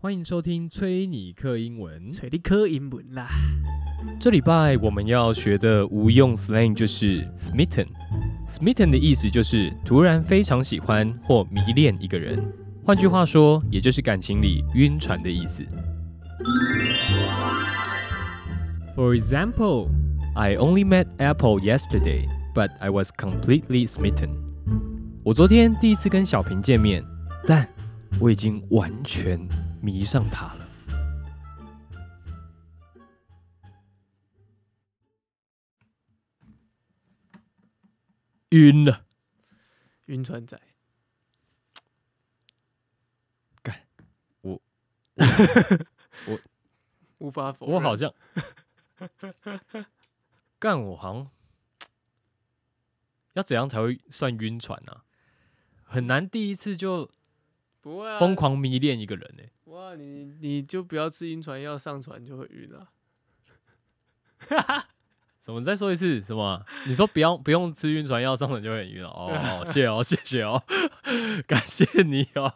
欢迎收听崔尼克英文。找你考英文啦。这礼拜我们要学的无用 slang 就是 smitten。smitten 的意思就是突然非常喜欢或迷恋一个人，换句话说，也就是感情里晕船的意思。For example, I only met Apple yesterday, but I was completely smitten. 我昨天第一次跟小平见面，但我已经完全迷上他了。晕了，晕船仔，干我，我 无法否认，我好像干，我好像要怎样才会算晕船啊？很难第一次就不会啊疯狂迷恋一个人呢、欸哇！你你就不要吃晕船药，上船就会晕啊。什么？你再说一次什么啊？你说不要不用吃晕船药，上船就会很晕了哦。哦，谢哦， 谢谢哦，感谢你哦。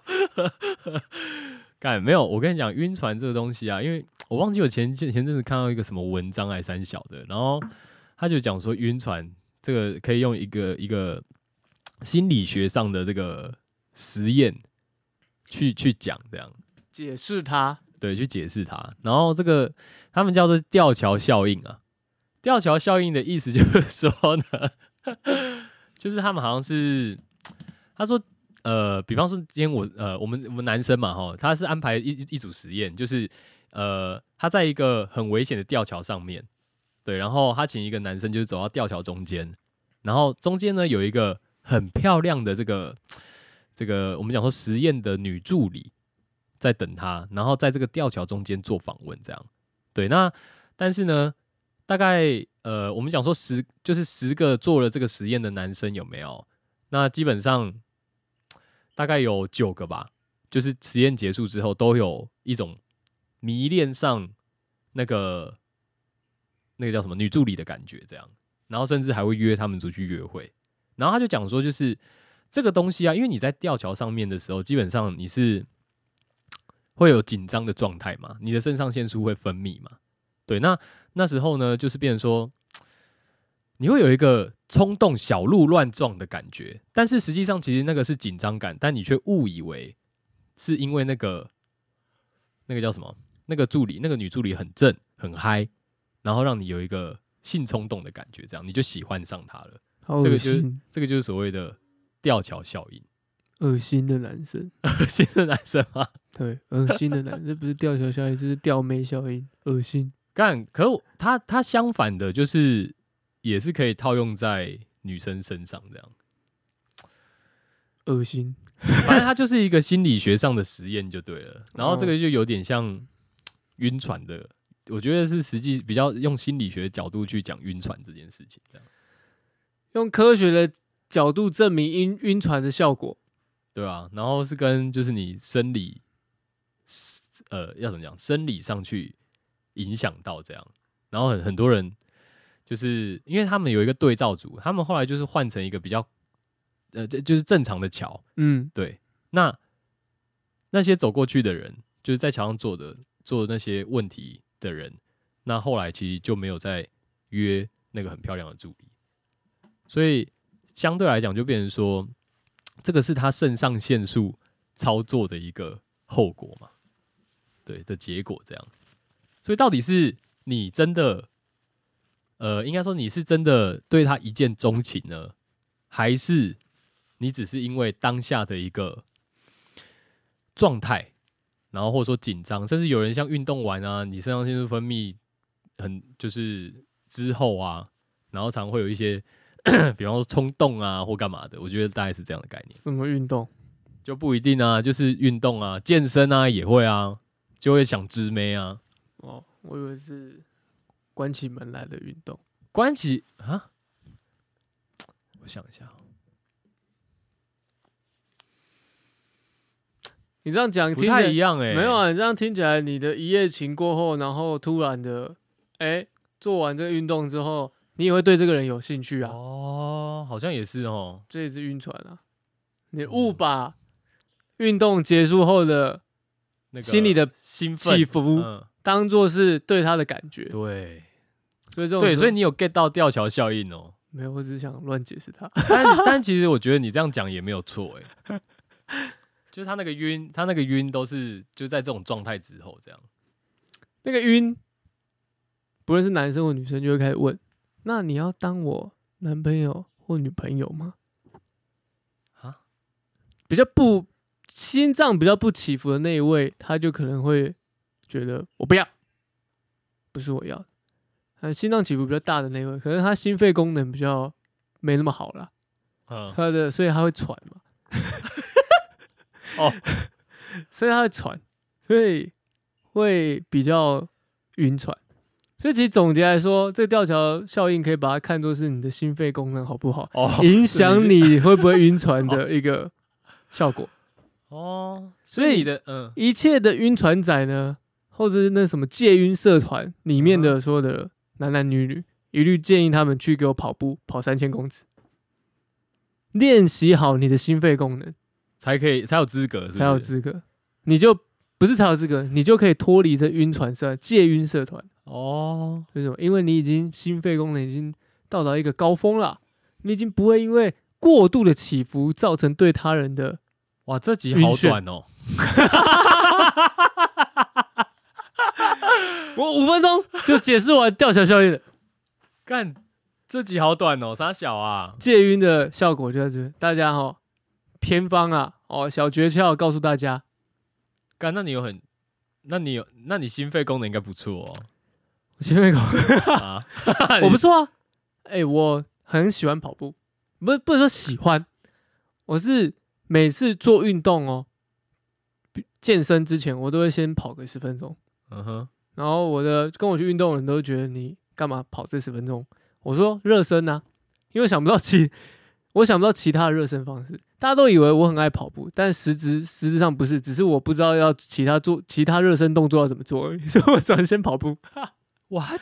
干没有，我跟你讲，晕船这个东西啊，因为我忘记我前前前阵子看到一个什么文章还三小的，然后他就讲说晕船这个可以用一个一个心理学上的这个实验去去讲这样。解释它，对，去解释它。然后这个他们叫做吊桥效应啊。吊桥效应的意思就是 说呢，就是他们好像是他说呃，比方说今天我呃，我们我们男生嘛哈，他是安排一一一组实验，就是呃，他在一个很危险的吊桥上面，对，然后他请一个男生就是走到吊桥中间，然后中间呢有一个很漂亮的这个这个我们讲说实验的女助理，在等他，然后在这个吊桥中间做访问，这样。对，那但是呢，大概呃，我们讲说十就是十个做了这个实验的男生有没有？那基本上大概有九个吧，就是实验结束之后都有一种迷恋上那个那个叫什么女助理的感觉，这样。然后甚至还会约他们出去约会。然后他就讲说，就是这个东西啊，因为你在吊桥上面的时候，基本上你是会有紧张的状态嘛，你的肾上腺素会分泌嘛。对，那那时候呢，就是变成说，你会有一个冲动、小鹿乱撞的感觉，但是实际上其实那个是紧张感，但你却误以为是因为那个那个叫什么，那个助理，那个女助理很正、很嗨，然后让你有一个性冲动的感觉，这样你就喜欢上她了。好这恶个就是心，这个就是所谓的吊桥效应，恶心的男生，新的男生吗？对，恶心的男生，这不是吊桥效应，这是吊妹效应，恶心。干，可我他他相反的，就是也是可以套用在女生身上这样。恶心，反正它就是一个心理学上的实验就对了。然后这个就有点像晕船的，我觉得是实际比较用心理学角度去讲晕船这件事情。这样用科学的角度证明晕晕船的效果，对啊，然后是跟就是你生理，呃，要怎么讲，生理上去影响到这样，然后很很多人就是因为他们有一个对照组，他们后来就是换成一个比较，呃，这就是正常的桥，嗯，对，那那些走过去的人，就是在桥上坐的做那些问题的人，那后来其实就没有再约那个很漂亮的助理，所以相对来讲就变成说，这个是他肾上腺素操作的一个后果嘛，对的结果这样，所以到底是你真的，呃，应该说你是真的对他一见钟情呢，还是？你只是因为当下的一个状态，然后或者说紧张，甚至有人像运动完啊，你肾上腺素分泌很就是之后啊，然后常会有一些， 比方说冲动啊或干嘛的，我觉得大概是这样的概念，什么运动？就不一定啊，就是运动啊、健身啊也会啊，就会想知妹啊，哦，我以为是关起门来的运动。关起啊，我想一下哦，你这样讲不听起来太一样哎、没有啊，你这样听起来，你的一夜情过后，然后突然的，哎、做完这个运动之后，你也会对这个人有兴趣啊，哦，好像也是哦，这也是晕船啊。你误把运动结束后的那个心里的兴奋起伏，嗯，当做是对他的感觉。对所以这种对，时候所以你有 get 到吊桥效应 哦。没有，我只是想乱解释他。但但其实我觉得你这样讲也没有错，哎，就是他那个晕，他那个晕都是就在这种状态之后这样。那个晕，不论是男生或女生，就会开始问：那你要当我男朋友或女朋友吗？啊，比较不心脏比较不起伏的那一位，他就可能会觉得我不要，不是我要的。啊，心脏起伏比较大的那一位，可能他心肺功能比较没那么好啦， 嗯，他的所以他会喘嘛，哦， 所以他会喘，所以会比较晕船。所以其实总结来说，这个吊桥效应可以把它看作是你的心肺功能好不好，哦，影响你会不会晕船的一个效果。哦，所以你的嗯，一切的晕船仔呢，或者是那什么戒晕社团里面的嗯所有的男男女女，一律建议他们去给我跑步，跑三千公尺，练习好你的心肺功能，才可以才有资格，是不是才有资格，你就不是才有资格，你就可以脱离这晕船社戒晕社团。哦，为什么？因为你已经心肺功能已经到达一个高峰了，你已经不会因为过度的起伏造成对他人的哇，这集晕好眩短哦，我五分钟就解释完吊桥效应了。干，这集好短哦，傻小啊，戒晕的效果就在这边。大家哈、偏方啊，哦，小诀窍告诉大家，干，那你有很，那你有，那你心肺功能应该不错我前面讲， 哦，啊，我不错啊，哎、我很喜欢跑步，不是不是说喜欢，我是每次做运动哦，比健身之前我都会先跑个十分钟，嗯哼，然后我的跟我去运动的人都觉得你干嘛跑这十分钟？我说热身啊，因为想不到其我想不到其他的热身方式，大家都以为我很爱跑步，但实质实质上不是，只是我不知道要其他做其他热身动作要怎么做而已，所以我只能先跑步。 What？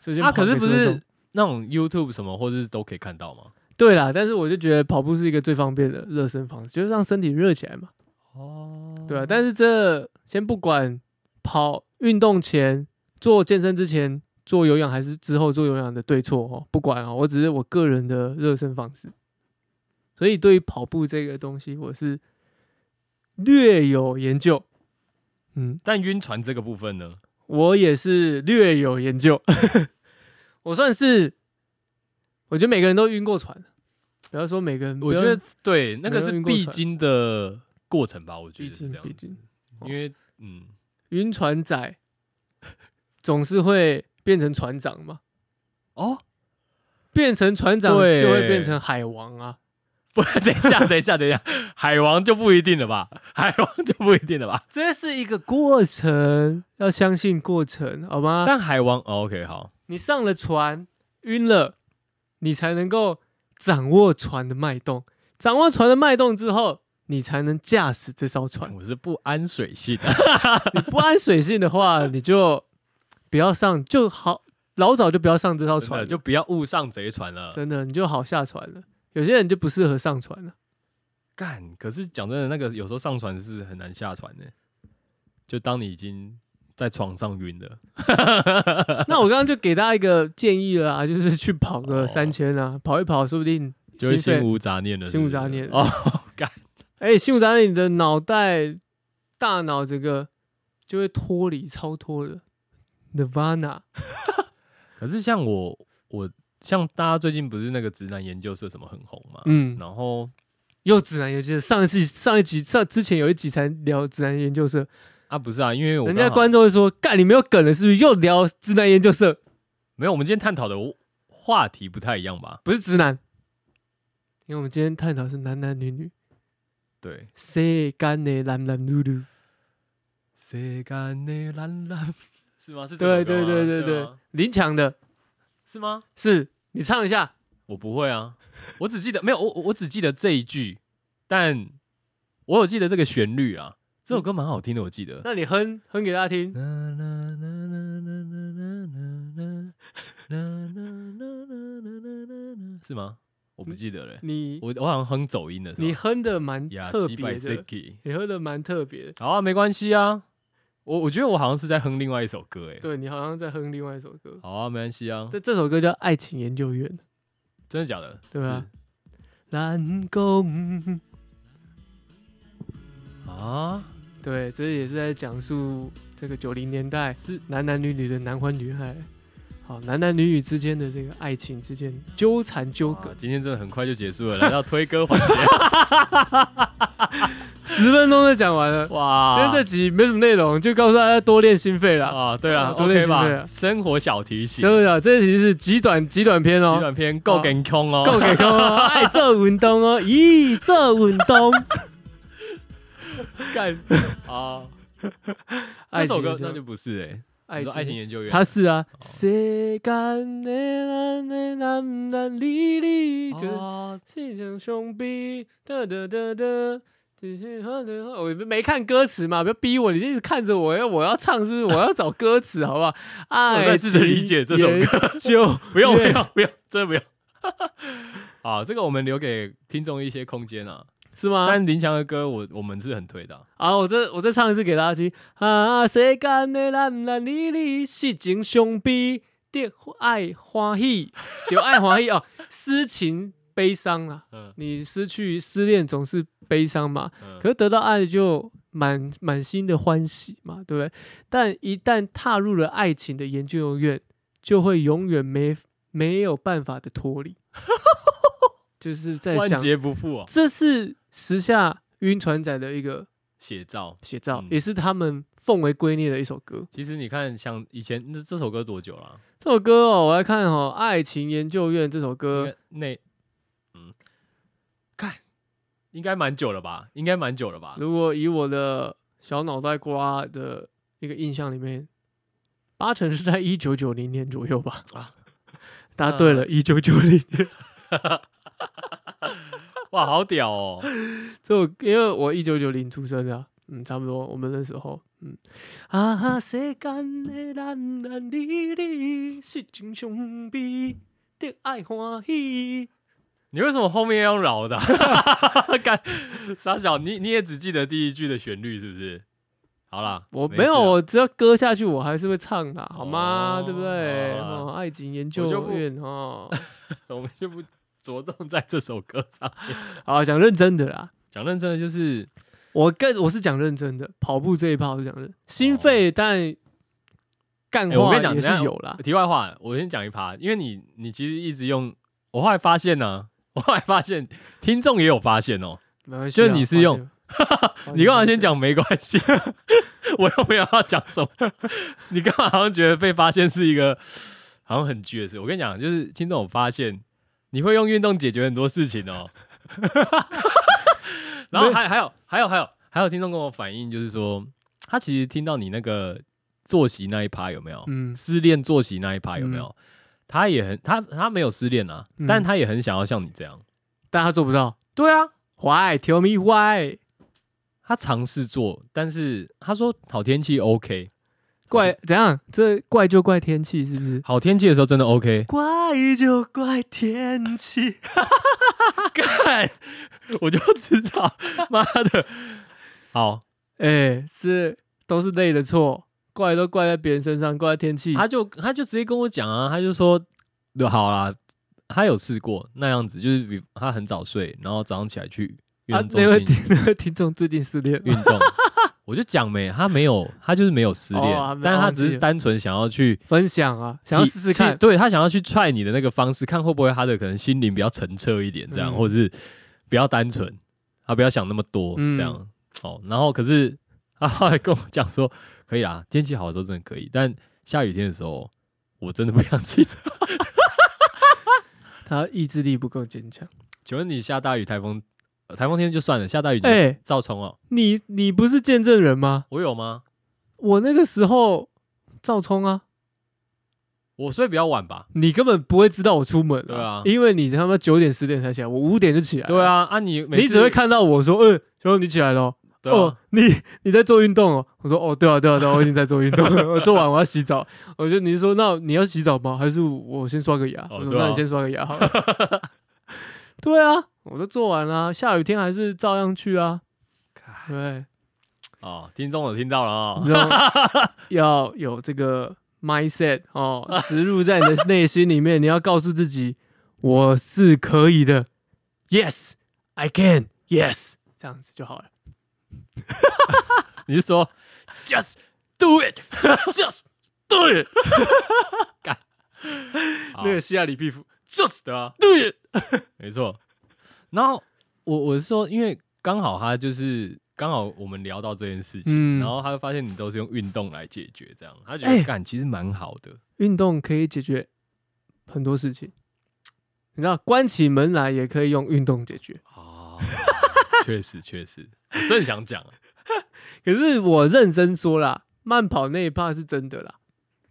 所以先啊，跑可是个不10分钟是那种 YouTube 什么或者是都可以看到吗？对啦，但是我就觉得跑步是一个最方便的热身方式，就是让身体热起来嘛。哦，对啊，但是这先不管跑运动前、做健身之前、做有氧还是之后做有氧的对错哦，不管哦，我只是我个人的热身方式。所以对于跑步这个东西，我是略有研究。嗯，但晕船这个部分呢？我也是略有研究， 我算是，我觉得每个人都晕过船，不要说每个人，我不觉要得对，那啊没个有是晕过必船经的过程吧，我觉毕得是竟这样毕，竟因为嗯，晕船仔总是会变成船长嘛，哦，变成船长对就会变成海王啊。不， 等一下，等一下，等一下，海王就不一定了吧？海王就不一定了吧？这是一个过程，要相信过程，好吗？但海王、哦、，OK，好，你上了船，晕了，你才能够掌握船的脉动，掌握船的脉动之后，你才能驾驶这艘 船。我是不安水性的，你不安水性的话，你就不要上，就好老早就不要上这艘真的船，就不要误上贼船了。真的你就好下船了。有些人就不适合上船了。干，可是讲真的，那个有时候上船是很难下船的、就当你已经在床上晕了， 那我刚刚就给大家一个建议了啊， 就是去跑哦个三千啊，跑一跑，说不定就会心肺心无杂念了心是不无是杂念哦，哎，心无杂念，你的脑袋、大脑这个就会脱离、超脱了。Nirvana，啊可是像我，我像大家最近不是那个直男研究社什么很红嘛，嗯，然后又指南研究社，上一次、上一集、上之前有一集才聊指南研究社，啊不是啊，因为我人家刚好观众会说：“干，你没有梗了，是不是？又聊直男研究社，没有，我们今天探讨的话题不太一样吧？不是直男。”因为我们今天探讨是男男女女，对，谁干的男男女女，谁干的蓝蓝是吗？是这首歌对对吗对对对啊对吗，林强的是吗？是你唱一下，我不会啊，我只记得没有我我我只记得这一句，但我有记得这个旋律啊，这首歌蛮好听的，我记得。那你哼哼给大家听。啦啦啦啦啦啦啦啦啦啦啦啦啦啦，是吗？我不记得了欸，你我我好像哼走音的，你哼的蛮呀特西别百 s 的，你哼的蛮特别的。好啊，没关系啊，我我觉得我好像是在哼另外一首歌，哎，对你好像在哼另外一首歌，好啊，没关系啊，这这首歌叫《爱情研究院》。真的假的？对啊蓝宫，是啊，对，这也是在讲述这个九零年代是男男女女的男欢女爱，好，男男女女之间的这个爱情之间纠缠纠哇葛，今天真的很快就结束了，来到推歌环节，十分钟就讲完了。 今哇，天这集没什么内容，就告诉大家多练心肺啦。啊，对 啊啊多，OK 练习对吧？啊生活小提醒，对啊，这集是极短极短片极哦，短片够给空哦， 够给空哦，爱做运动哦，咦，做运动，干 啊！这爱首情歌研究那就不是哎，爱你说情爱情研究员他是啊，世间的男的男男女女，就是哦心像兄弟，哒哒哒哒。只是和的和我没看歌词嘛，不要逼我，你一直看着我，要我要唱是不是？我要找歌词好不好？爱在试着理解这首歌，就不用不对用 不用，真的不用。啊，这个我们留给听众一些空间啊。是吗？但林强的歌我，我们是很推的啊、啊，我再我再唱一次给大家听啊！世间的男男女女，是情相比，得爱欢喜，得爱欢喜哦，诗情悲伤啦。嗯你失去失恋总是悲伤嘛，嗯，可是得到爱就满满心的欢喜嘛，对不对？但一旦踏入了爱情的研究院，就会永远没没有办法的脱离。就是在万讲，劫不复啊！这是时下晕船仔的一个写照。写照，嗯也是他们奉为圭臬的一首歌。其实你看，像以前那这首歌多久了啊、这首歌哦，我来看哦，《爱情研究院》这首应歌该那，嗯，看，应该蛮久了吧？应该蛮久了吧？如果以我的小脑袋瓜的一个印象里面，八成是在一九九零年左右吧。啊，答对了，一九九零。哇，好屌哦！就因为我一九九零出生的啊、嗯，差不多我们那时候，嗯，啊，世间的男男女女，是情相比，得爱欢喜。你为什么后面要用饶的、 啊？干傻小，你你也只记得第一句的旋律是不是？好啦，我没没事有，啦我只要歌下去，我还是会唱的，好吗？哦对不对？好啦哦，爱情研我就究不院哦，我们就不着重在这首歌上面。好，讲认真的啦。讲认真的，就是我跟我是讲认真的，跑步这一趴我是讲认，心肺但干哦欸我话跟你讲也是等一下有啦。题外话，我先讲一趴，因为你你其实一直用，我后来发现呢、我后来发现听众也有发现哦、没关系啊，啊就你是用放心，哦你干嘛放心先？讲没关系？我又没有要讲什么，你干嘛好像觉得被发现是一个好像很倔的事？我跟你讲，就是听众有发现，你会用运动解决很多事情哦、然后还还有还有还有还有听众跟我反映，就是说他其实听到你那个作息那一趴有没有？嗯，失恋作息那一趴有没有？他也很他他没有失恋啊，嗯但他也很想要像你这样。但他做不到。对啊， Why? Tell me why？他尝试做，但是他说好天气 OK，怪怎样？这怪就怪天气，是不是？好天气的时候真的 OK。怪就怪天气。干，我就知道，妈的，好，哎、是都是累的错，怪都怪在别人身上，怪在天气。啊他就他就直接跟我讲啊，他就说，好啦，他有试过那样子，就是比他很早睡，然后早上起来去运啊动，中那位心、听 那位听众最近失恋，运动。 我就讲没，他没有，他就是没有失恋，哦他没但是他忘记只是了单纯想要去分享啊，想要记试试记看。对他想要去踹你的那个方式，看会不会他的可能心灵比较澄澈一点，这样，嗯或者是比较单纯，他不要想那么多，嗯这样。哦，然后可是他后来跟我讲说，可以啦，天气好的时候真的可以，但下雨天的时候，我真的不想骑车。他意志力不够坚强。 请问你下大雨、台风、呃台风天就算了，下大雨你哎、照冲哦，你你不是见证人吗？我有吗？我那个时候照冲啊，我睡比较晚吧？你根本不会知道我出门、对啊因为你他妈九点十点才起来，我五点就起来。对，啊，啊你每你次只会看到我说，嗯、小勇你起来了哦。对啊哦，你你在做运动哦？我说哦，对啊，对啊，对啊，我已经在做运动了。我做完我要洗澡。我就你说那你要洗澡吗？还是我先刷个牙？哦我说对啊那你先刷个牙好了。 啊对啊，我都做完了、下雨天还是照样去啊。对，哦，听众有听到了你哦，知道吗 要有这个 mindset 哦，植入在你的内心里面。你要告诉自己，我是可以的，Yes I can Yes，这样子就好了。你是说 just do it Just 对，干，好那个希亚里皮肤 just 对啊， Do it， 没错。然后我我是说，因为刚好他就是刚好我们聊到这件事情，嗯然后他就发现你都是用运动来解决，这样他觉哎得干、其实蛮好的。运动可以解决很多事情。你知道，关起门来也可以用运动解决。哦， 确实确实，我正想讲，啊可是我认真说啦，慢跑那一趴是真的啦，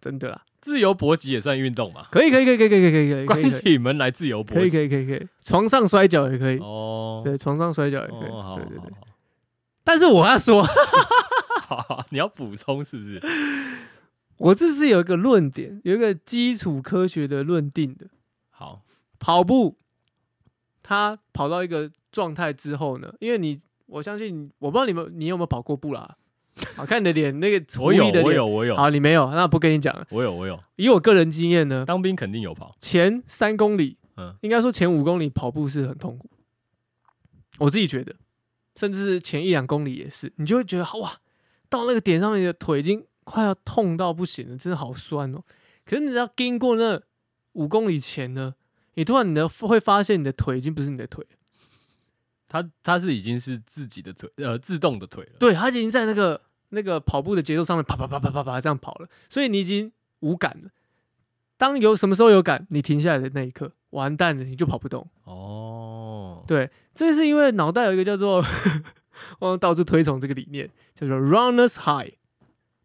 真的啦，自由搏击也算运动嘛？可以可以可以可以可以可以可以可以关起门来自由可搏以可击以可以可以，床上摔跤也可以，哦，对，床上摔跤也可以，哦，好对对对。好但是我要说，好好，好你要补充是不是？我这是有一个论点，有一个基础科学的论定的，好，跑步，它跑到一个状态之后呢，因为你，我相信，我不知道你们你有没有跑过步 啦，好看你的脸，那个狐我有狸的我脸，有我有好，你没有，那不跟你讲了。我有我有，以我个人经验呢，当兵肯定有跑，前三公里，嗯应该说前五公里跑步是很痛苦，我自己觉得，甚至是前一两公里也是，你就会觉得哇，到那个点上面，你的腿已经快要痛到不行了，真的好酸哦。可是你只要经过那五公里前呢，你突然你的会发现你的腿已经不是你的腿了，他他是已经是自己的腿，呃，自动的腿了。对，它已经在那个那个跑步的节奏上面啪啪啪啪啪啪这样跑了，所以你已经无感了。当有什么时候有感，你停下来的那一刻，完蛋了，你就跑不动。哦，对，这是因为脑袋有一个叫做， 我到处推崇这个理念，叫做 runner's high，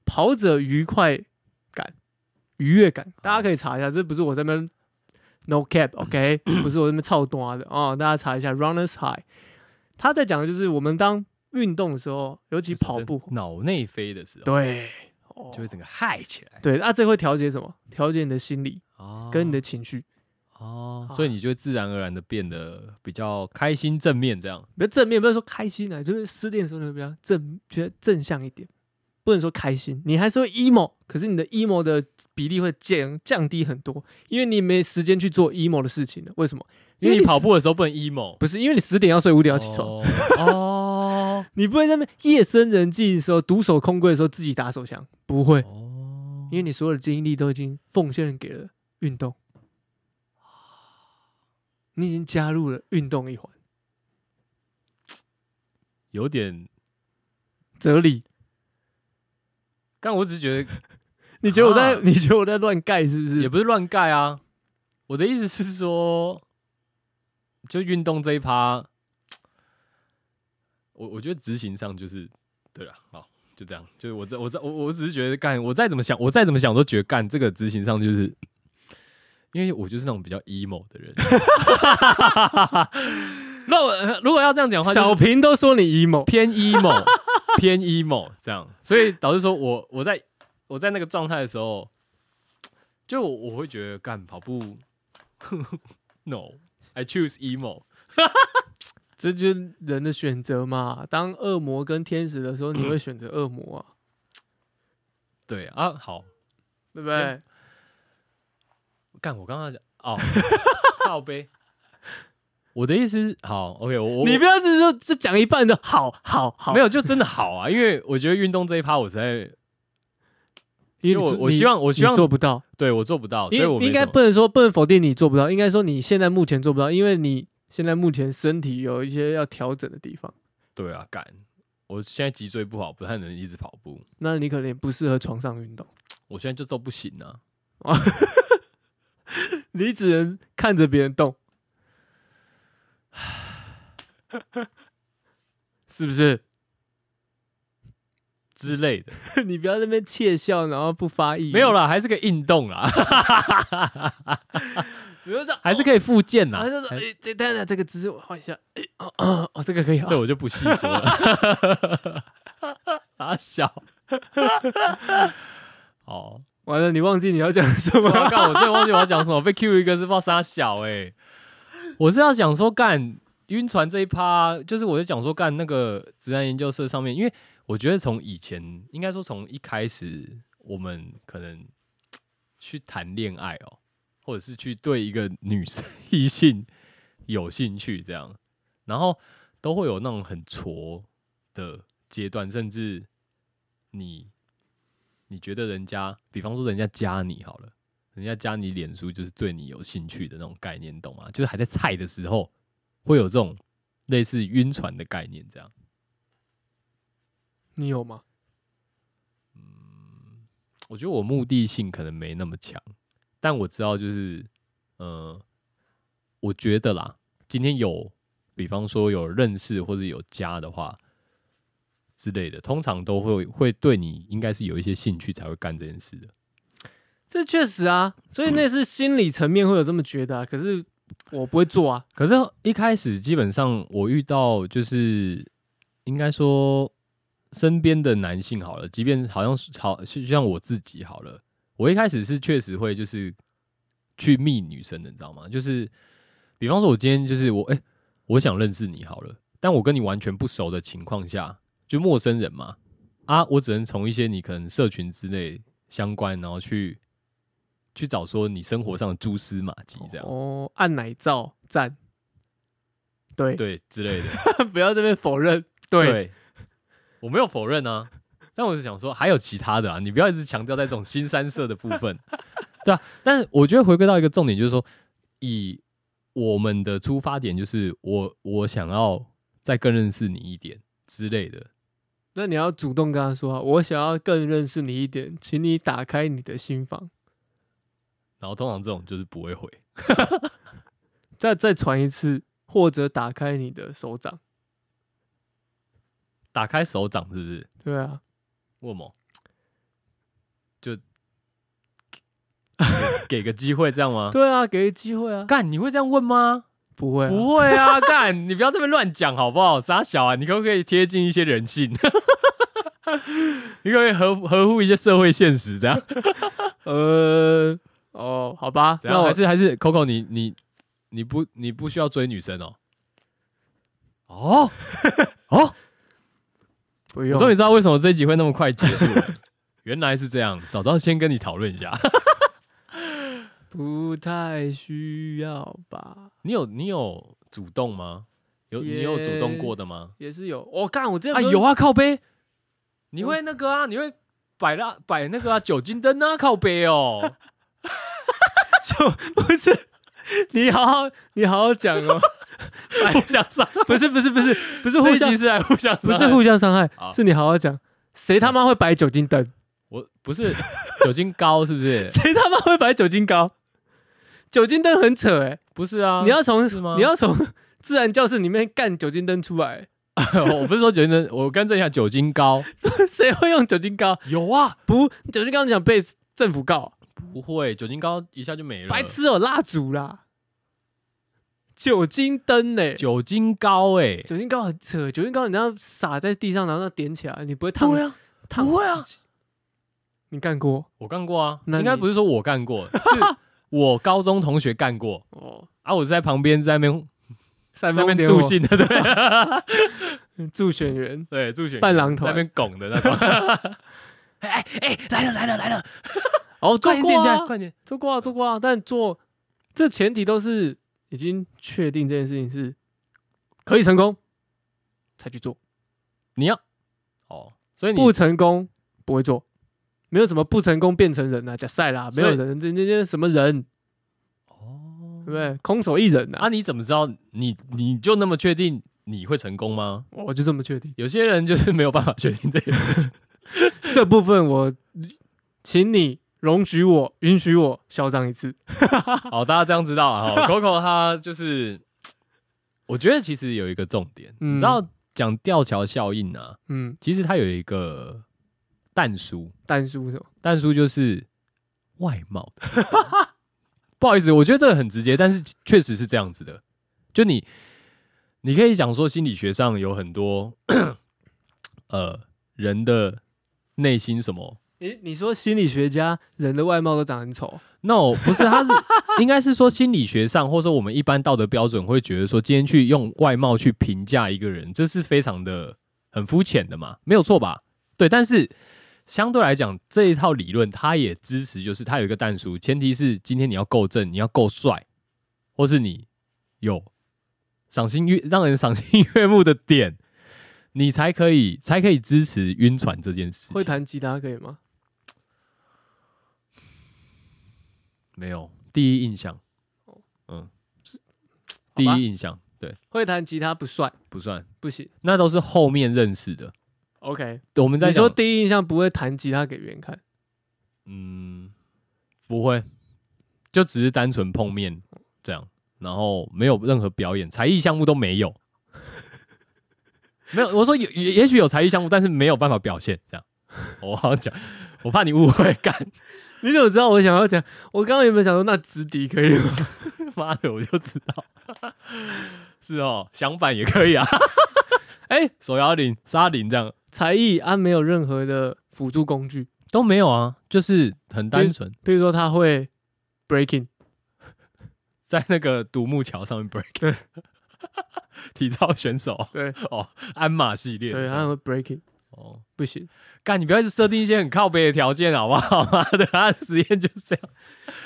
跑者愉快感、愉悦感，大家可以查一下，这不是我这边 no cap，OK，、不是我这边操多的哦，大家查一下 runner's high，他在讲的就是我们当运动的时候，尤其就是跑在步，脑内飞的时候，对，哦就会整个嗨起来，对，那、啊这会调节什么？调节你的心理哦跟你的啊情绪，哦，所以你就自然而然的变得比较开心正面这样。比较正面，不能说开心啊，就是失恋的时候你会比较正，觉得正向一点，不能说开心，你还是会 emo，可是你的 emo 的比例会降降低很多，因为你没时间去做 emo 的事情了。为什么？因为你跑十步的时候不能 emo，不是因为你十点要睡，五点要起床，哦哦你不会在那边夜深人静的时候独守空闺的时候自己打手枪，不会，哦因为你所有的精力都已经奉献给了运动，啊你已经加入了运动一环，有点，哲理。但我只是觉得你觉得我在？啊你觉得我在乱盖是不是？也不是乱盖啊。我的意思是说，就运动这一趴，我我觉得执行上就是对了，好，就这样。就是我这我这我我只是觉得干，我再怎么想，我再怎么想，我都觉得干这个执行上就是，因为我就是那种比较 emo 的人。 那我如果要这样讲的话，就是小平都说你 emo，偏 emo，偏 emo 这样，所以导致说我我在我在那个状态的时候，就我我会觉得干跑步 ，no，I choose emo，这就是人的选择嘛。当恶魔跟天使的时候，你嗯会选择恶魔啊，对啊，好对不对？干，我刚刚讲哦， 靠呗，我的意思是好，OK，我我你不要只是就讲一半的好好好，没有，有就真的好啊，因为我觉得运动这一趴我实在因就为我你我希望我我希望做不到，对我做不哦到，所因以我为没应该什么不能说不能否定你做不到，应该说你现在目前做不到，因为你现在目前身体有一些要调整的地方，对啊，干，我现在脊椎不好，不太能一直跑步。那你可能也不适合床上运动，我现在就都不行啊，你只能看着别 人动，是不是？之类的， 你不要在那边窃笑，然后不发意，没有啦，还是个运动啦，只是这样还是可以复健啦然后。就说：“哦还哎、这等等，这个姿势我换一下。哎、哦哦哦，这个可以。这哦、我就不细说了。 啊小， 哦，完了，你忘记你要讲什 我么？要干，我真的忘记我要讲什么，被 Q 一个是不知道啥小哎、我是要讲说干晕船这一趴，就是我在讲说干那个直男研究社上面，因为。我觉得从以前，应该说从一开始，我们可能去谈恋爱哦，或者是去对一个女生异性有兴趣这样，然后都会有那种很挫的阶段，甚至你你觉得人家，比方说人家加你好了，人家加你脸书就是对你有兴趣的那种概念，你懂吗？就是还在菜的时候，会有这种类似晕船的概念这样。你有吗？我觉得我目的性可能没那么强，但我知道就是，呃，我觉得啦，今天有，比方说有认识或者有加的话之类的，通常都会会对你应该是有一些兴趣才会干这件事的。这确实啊，所以那是心理层面会有这么觉得、啊，可是我不会做啊。可是，一开始基本上我遇到就是应该说身边的男性好了，即便好像是好就像我自己好了，我一开始是确实会就是去密女生的，你知道吗？就是比方说，我今天就是我哎、我想认识你好了，但我跟你完全不熟的情况下，就陌生人嘛啊，我只能从一些你可能社群之类相关，然后去去找说你生活上的蛛丝马迹这样。哦，按奶照赞，对，对之类的， 不要这边否认，对，我没有否认啊，但我是想说还有其他的啊，你不要一直强调在这种新三色的部分， 对啊。但是我觉得回归到一个重点，就是说，以我们的出发点，就是我我想要再更认识你一点之类的，那你要主动跟他说、啊，我想要更认识你一点，请你打开你的心房，然后通常这种就是不会回，再再传一次，或者打开你的手掌，打开手掌是不是？对啊，为什么？就 给给个机会这样吗？对啊，给个机会啊，干，你会这样问吗？不会、啊，不会啊，干，你不要这么乱讲好不好？傻小啊，你可不可以贴近一些人性？ 你可不可以合乎合乎一些社会现实？这样，呃，哦，好吧，怎 那样？我还是还是 Coco，你你你不你不需要追女生哦？ 哦哦，不我用，终于知道为什么这一集会那么快结束了， 原来是这样，早知道先跟你讨论一下。 不太需要吧，你有你有主动吗？有你有主动过的吗？也是有，我、干，我这啊，有啊，啊，靠背，你会那个啊，你会摆那摆那个啊，酒精灯啊，靠背哦。 不是， 你好好，你好好 讲哦，互相伤，不是，不是，不是，不是哎这 互一相集，是来互相不伤是害，哦互相伤害好，是你好好讲，谁他妈会摆酒精灯？我不是酒精高是不 是？谁他妈会摆酒精膏？酒精灯很扯哎、不是啊，你要从是吗你要从 自然教室里面干酒精灯出来、 我不是说酒精灯，我更正一下，酒精高谁会用酒精膏？有啊，不，酒精膏你想被政府告，不会，酒精高一下就没了。白，痴哦、蜡烛啦，酒精灯嘞、 酒精高哎、酒精膏很扯，酒精膏你要撒在地上，然后点起来，你不会烫对啊，烫不会啊死自己你干过我干过啊，那应该你不是说我干过， 是我高中同学干过哦？啊，我在旁边在那边在在那边助哦兴的，对啊助选员，对，助选伴郎头在那边拱的那种。 哎哎哎，来了来了来了，哦，做快点过点起啊来，快点！做过啊，做过啊，但做这前提都是已经确定这件事情是可以成功才去做，你要哦，所以你嗯不成功不会做，没有什么不成功变成人啊，假赛啦，没所以有人这那些什么人，哦对不对？空手一人啊，啊，你怎么知道你你就那么确定你会成功吗？我就这么确定。有些人就是没有办法确定这件事情。这部分我，请你容许我，允许我嚣张一次。好，大家这样知道啊。哈 Coco 他就是，我觉得其实有一个重点，嗯你知道讲吊桥效应啊，嗯，其实它有一个淡书，蛋叔什么？淡书就是外貌的地方。 不好意思，我觉得这个很直接，但是确实是这样子的。就你，你可以讲说心理学上有很多 呃人的内心什么你你说心理学家人的外貌都长很丑， no，不是，他是应该是说心理学上，或者说我们一般道德标准会觉得说，今天去用外貌去评价一个人，这是非常的很肤浅的嘛，没有错吧？对，但是相对来讲，这一套理论它也支持，就是它有一个淡书，前提是今天你要够正，你要够帅，或是你有赏心悦让人赏心悦目的点，你才可以才可以支持晕船这件事情。会弹吉他可以吗？没有第一印象，哦嗯，第一印象对会弹吉他不帅，不算，不行。那都是后面认识的。 OK，我们在你说讲，第一印象不会弹吉他给别人看，嗯，不会，就只是单纯碰面这样，然后没有任何表演，才艺项目都没 有。没有，我说有，也也许有才艺项目，但是没有办法表现。这样，我好像讲，我怕你误会，干 你怎么知道我想要讲？我刚刚有没有想说那直笛可以吗？ 妈的，我就知道， 是哦，相反也可以啊， 哎、手摇铃、沙铃这样才艺啊没有任何的辅助工具，都没有啊，就是很单纯，比如说他会 breaking，在那个独木桥上面 break，对 体操选手哦对鞍马系列，对，他会 breaking，哦。不行。干，你不要一直设定一些很靠背的条件，好不好？ 妈的，他的实验就是这样，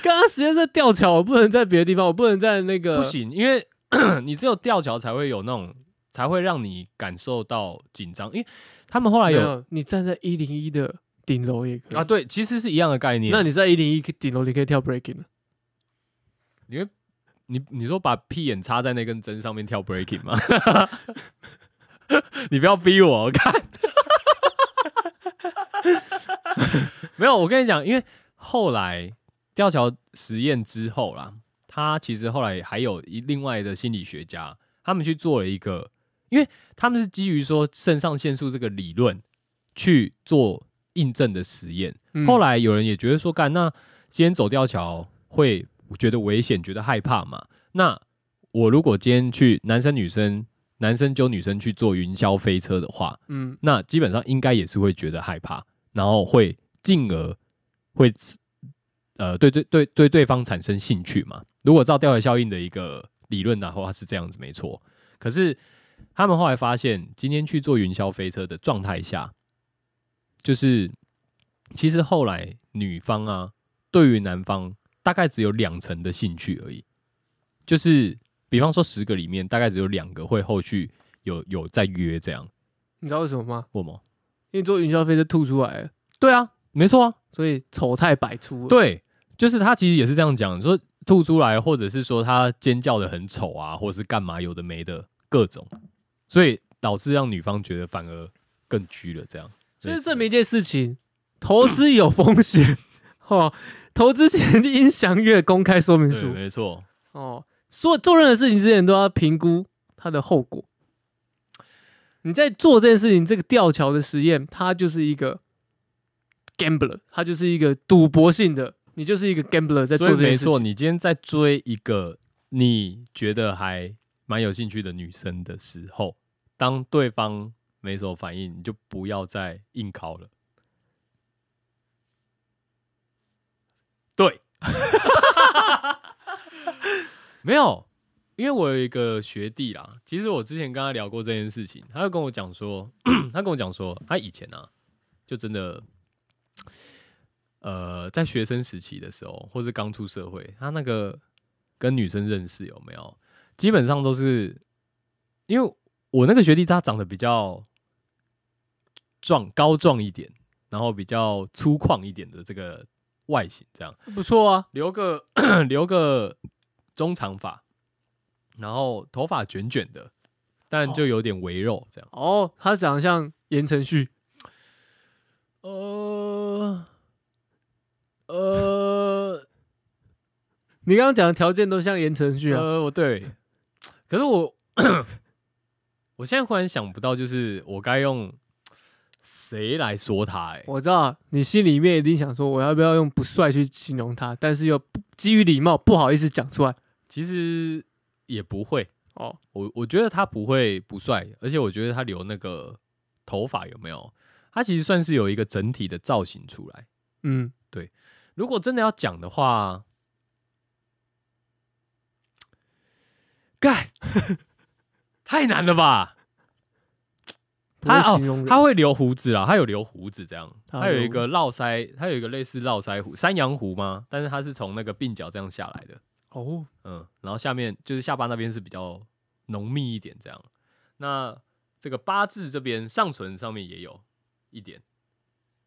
刚刚实验在吊桥，我不能在别的地方，我不能在那个不行，因为 你只有吊桥才会有那种，才会让你感受到紧张。因为他们后来没有有，你站在一零一的顶楼也可以啊，。对，其实是一样的概念。那你在一零一顶楼，你可以跳 breaking 吗你会，你你说把屁眼插在那根针上面跳 breaking 吗？ 你不要逼我，我看。 没有，我跟你讲，因为后来吊桥实验之后啦，他其实后来还有一另外的心理学家，他们去做了一个，因为他们是基于说肾上腺素这个理论去做印证的实验，嗯后来有人也觉得说，干那今天走吊桥会觉得危险，觉得害怕嘛？那我如果今天去男生女生，男生揪女生去坐云霄飞车的话，嗯，那基本上应该也是会觉得害怕，然后会进而会呃对对对对对方产生兴趣嘛。如果照吊桥效应的一个理论的话是这样子，没错。可是他们后来发现，今天去坐云霄飞车的状态下，就是其实后来女方啊，对于男方大概只有两成的兴趣而已，就是比方说十个里面大概只有两个会后续有有在约这样，你知道为什么吗？我吗？因为坐云霄飞车吐出来了，对啊，没错啊，所以丑态百出啊了。对，就是他其实也是这样讲，说吐出来，或者是说他尖叫的很丑啊，或者是干嘛有的没的各种，所以导致让女方觉得反而更拘了这样。所以类似证明一件事情，投资有风 险哦，投资前应详阅公开说明对，书没错，哦。做做任何事情之前都要评估它的后果。你在做这件事情，这个吊桥的实验，它就是一个 gambler，它就是一个赌博性的，你就是一个 gambler 在所做以这件没事情。错，你今天在追一个你觉得还蛮有兴趣的女生的时候，当对方没什么反应，你就不要再硬考了。对， 没有，因为我有一个学弟啦，其实我之前跟他聊过这件事情，他就跟我讲说， 他跟我讲说，他以前啊，就真的呃，在学生时期的时候，或是刚出社会，他那个跟女生认识有没有，基本上都是因为我那个学弟他长得比较壮高壮一点，然后比较粗犷一点的这个外形，这样不错啊，留个 留个中长发，然后头发卷卷的，但就有点微肉这样。哦，他长得像言承旭，呃呃。你刚刚讲的条件都像言承旭啊。呃，我对，可是我我现在忽然想不到，就是我该用谁来说他、欸？我知道你心里面一定想说，我要不要用不帅去形容他，但是又不基于礼貌不好意思讲出来。其实也不会，哦，我我觉得他不会不帅，而且我觉得他留那个头发有没有？他其实算是有一个整体的造型出来。嗯，如果真的要讲的话， 干太难了吧？他他哦形容人他会留胡子啦，他有留胡子这样，他他有一留个络腮，他有一个类似络腮胡、山羊胡吗？但是他是从那个鬓角这样下来的，哦，嗯，然后下面就是下巴那边是比较浓密一点这样。那这个八字这边上唇上面也有一点，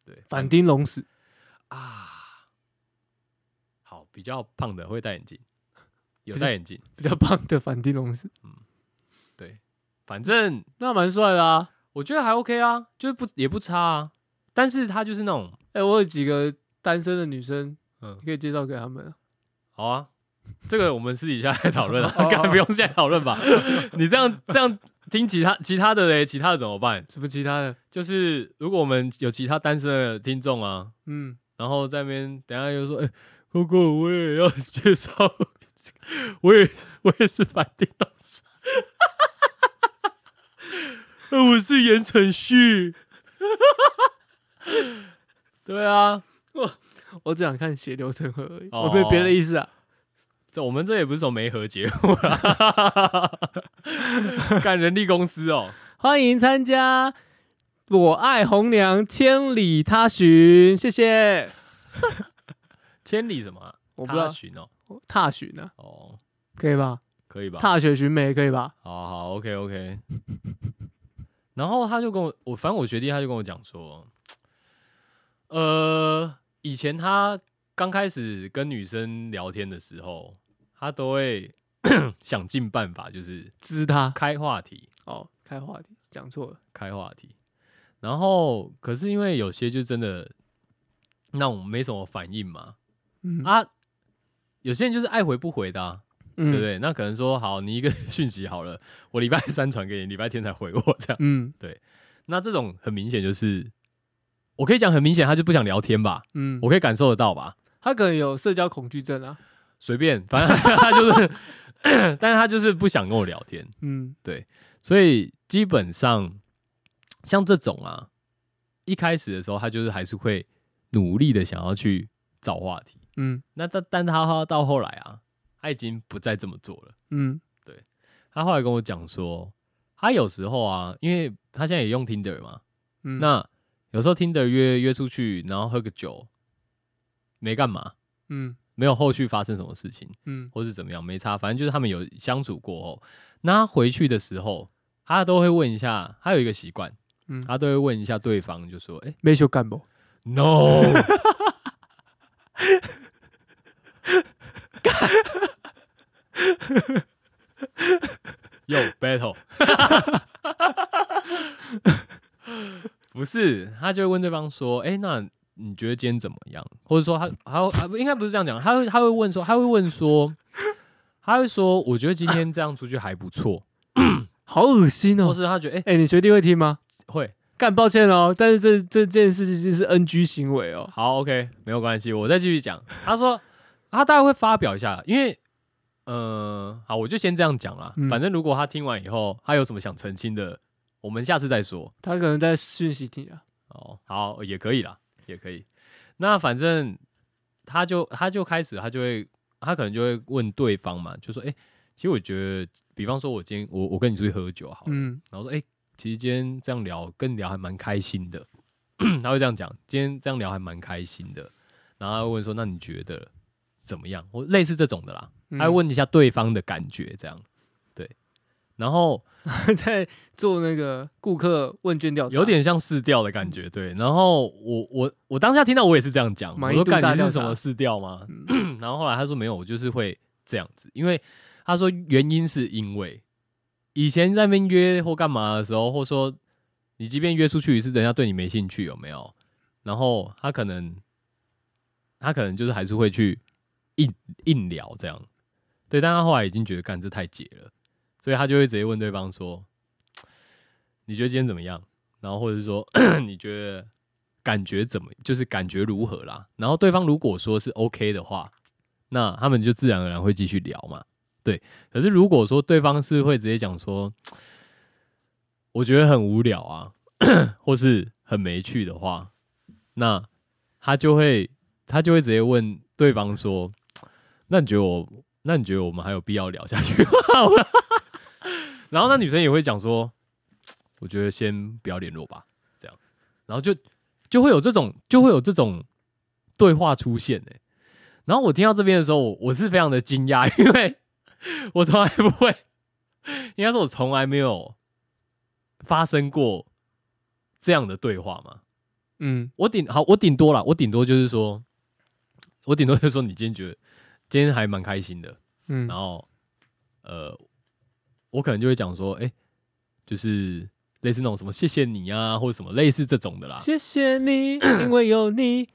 对，反丁龙死，啊，好，比较胖的会戴眼镜，有戴眼镜， 比较胖的反丁龙死，对，反正那蛮帅的啊。我觉得还 OK 啊，就是不也不差啊，但是他就是那种哎、我有几个单身的女生，嗯你可以介绍给他们啊。好啊，这个我们私底下再讨论啊， 哦哦该不用现在讨论吧？ 你这样这样听其他其他的嘞，其他的怎么办？什么其他的？就是如果我们有其他单身的听众啊，嗯，然后在那边等一下又说，哎、哥哥我也要介绍，我也我也是 反丁老师，呃我是言承旭， 对啊，我只想看血流成河而已，哦我没有别的意思啊。这我们这也不是什么媒合节目啦，干人力公司哦，欢迎参加《我爱红娘千里他寻》，谢谢。千里什么啊、我不知道他寻哦，踏寻啊，哦，可以吧？可以吧？踏雪寻梅可以吧？好好，OK OK。然后他就跟我，我反正我学弟他就跟我讲说，呃，以前他刚开始跟女生聊天的时候，他都会 想尽办法，就是知他开话题，哦，开话题讲错了，开话题。然后，可是因为有些就真的那种没什么反应嘛，嗯啊，有些人就是爱回不回的、啊，嗯对不对？那可能说好，你一个讯息好了， 我礼拜三传给你，礼拜天才回我这样。嗯那这种很明显就是，我可以讲很明显，他就不想聊天吧，嗯，我可以感受得到吧，他可能有社交恐惧症啊，随便，反正他就是， 但是他就是不想跟我聊天，嗯所以基本上像这种啊，一开始的时候他就是还是会努力的想要去找话题，嗯那但但他到后来啊，他已经不再这么做了。嗯他后来跟我讲说，他有时候啊，因为他现在也用 Tinder 嘛，嗯，那有时候 Tinder 约约出去，然后喝个酒，没干嘛，嗯没有后续发生什么事情，嗯或是怎么样，没差，反正就是他们有相处过后，那他回去的时候，他都会问一下，他有一个习惯，嗯他都会问一下对方，就说，哎、没修干部， n o 又 battle，不是，他就会问对方说：“哎、那你觉得今天怎么样？”或者说他，他会啊不应该不是这样讲，他会他会问说，他会问说，他会说：“我觉得今天这样出去还不错。好恶心”或哦。是他觉得：“哎、哎、你学弟会听吗？会干，抱歉哦，但是这这件事情是 NG 行为哦。好，OK，没有关系，我再继续讲。”他说：“他大概会发表一下，因为。”嗯，好，我就先这样讲啦。嗯反正如果他听完以后，他有什么想澄清的，我们下次再说。他可能在讯息你啊，哦，好，也可以啦，也可以。那反正他就他就开始，他就会他可能就会问对方嘛，就说：“哎、其实我觉得，比方说，我今天我我跟你出去喝酒好了，嗯然后说：哎、其实今天这样聊，跟你聊还蛮开心的。他会这样讲，今天这样聊还蛮开心的。然后他会问说：那你觉得怎么样？或类似这种的啦，嗯他会问一下对方的感觉，这样对。然后 在做那个顾客问卷调查，有点像试调的感觉，对。然后我我我当下听到我也是这样讲，我满意说度感大觉调是什查嗯么试调吗？ 然后后来他说没有，我就是会这样子，因为他说原因是因为以前在那边约或干嘛的时候，或说你即便约出去一次，人家对你没兴趣有没有？然后他可能他可能就是还是会去硬硬聊这样，对，但他后来已经觉得干这太解了，所以他就会直接问对方说：“你觉得今天怎么样？”然后或者是说 你觉得感觉怎么，就是感觉如何啦？然后对方如果说是 OK 的话，那他们就自然而然会继续聊嘛。对，可是如果说对方是会直接讲说，我觉得很无聊啊， 或是很没趣的话，那他就会他就会直接问对方说，那你觉得我，那你觉 得我们还有必要聊下去吗？然后那女生也会讲说，我觉得先不要联络吧，这样，然后就就会有这种就会有这种对话出现哎、然后我听到这边的时候，我我是非常的惊讶， 因为我从来不会，应该说我从来没有发生过这样的对话嘛。嗯我顶好，我顶多啦，我顶多就是说，我顶多就是说，你今天觉得今天还蛮开心的，嗯然后呃，我可能就会讲说，哎、就是类似那种什么谢谢你啊，或者什么类似这种的啦。谢谢 你，因为有你，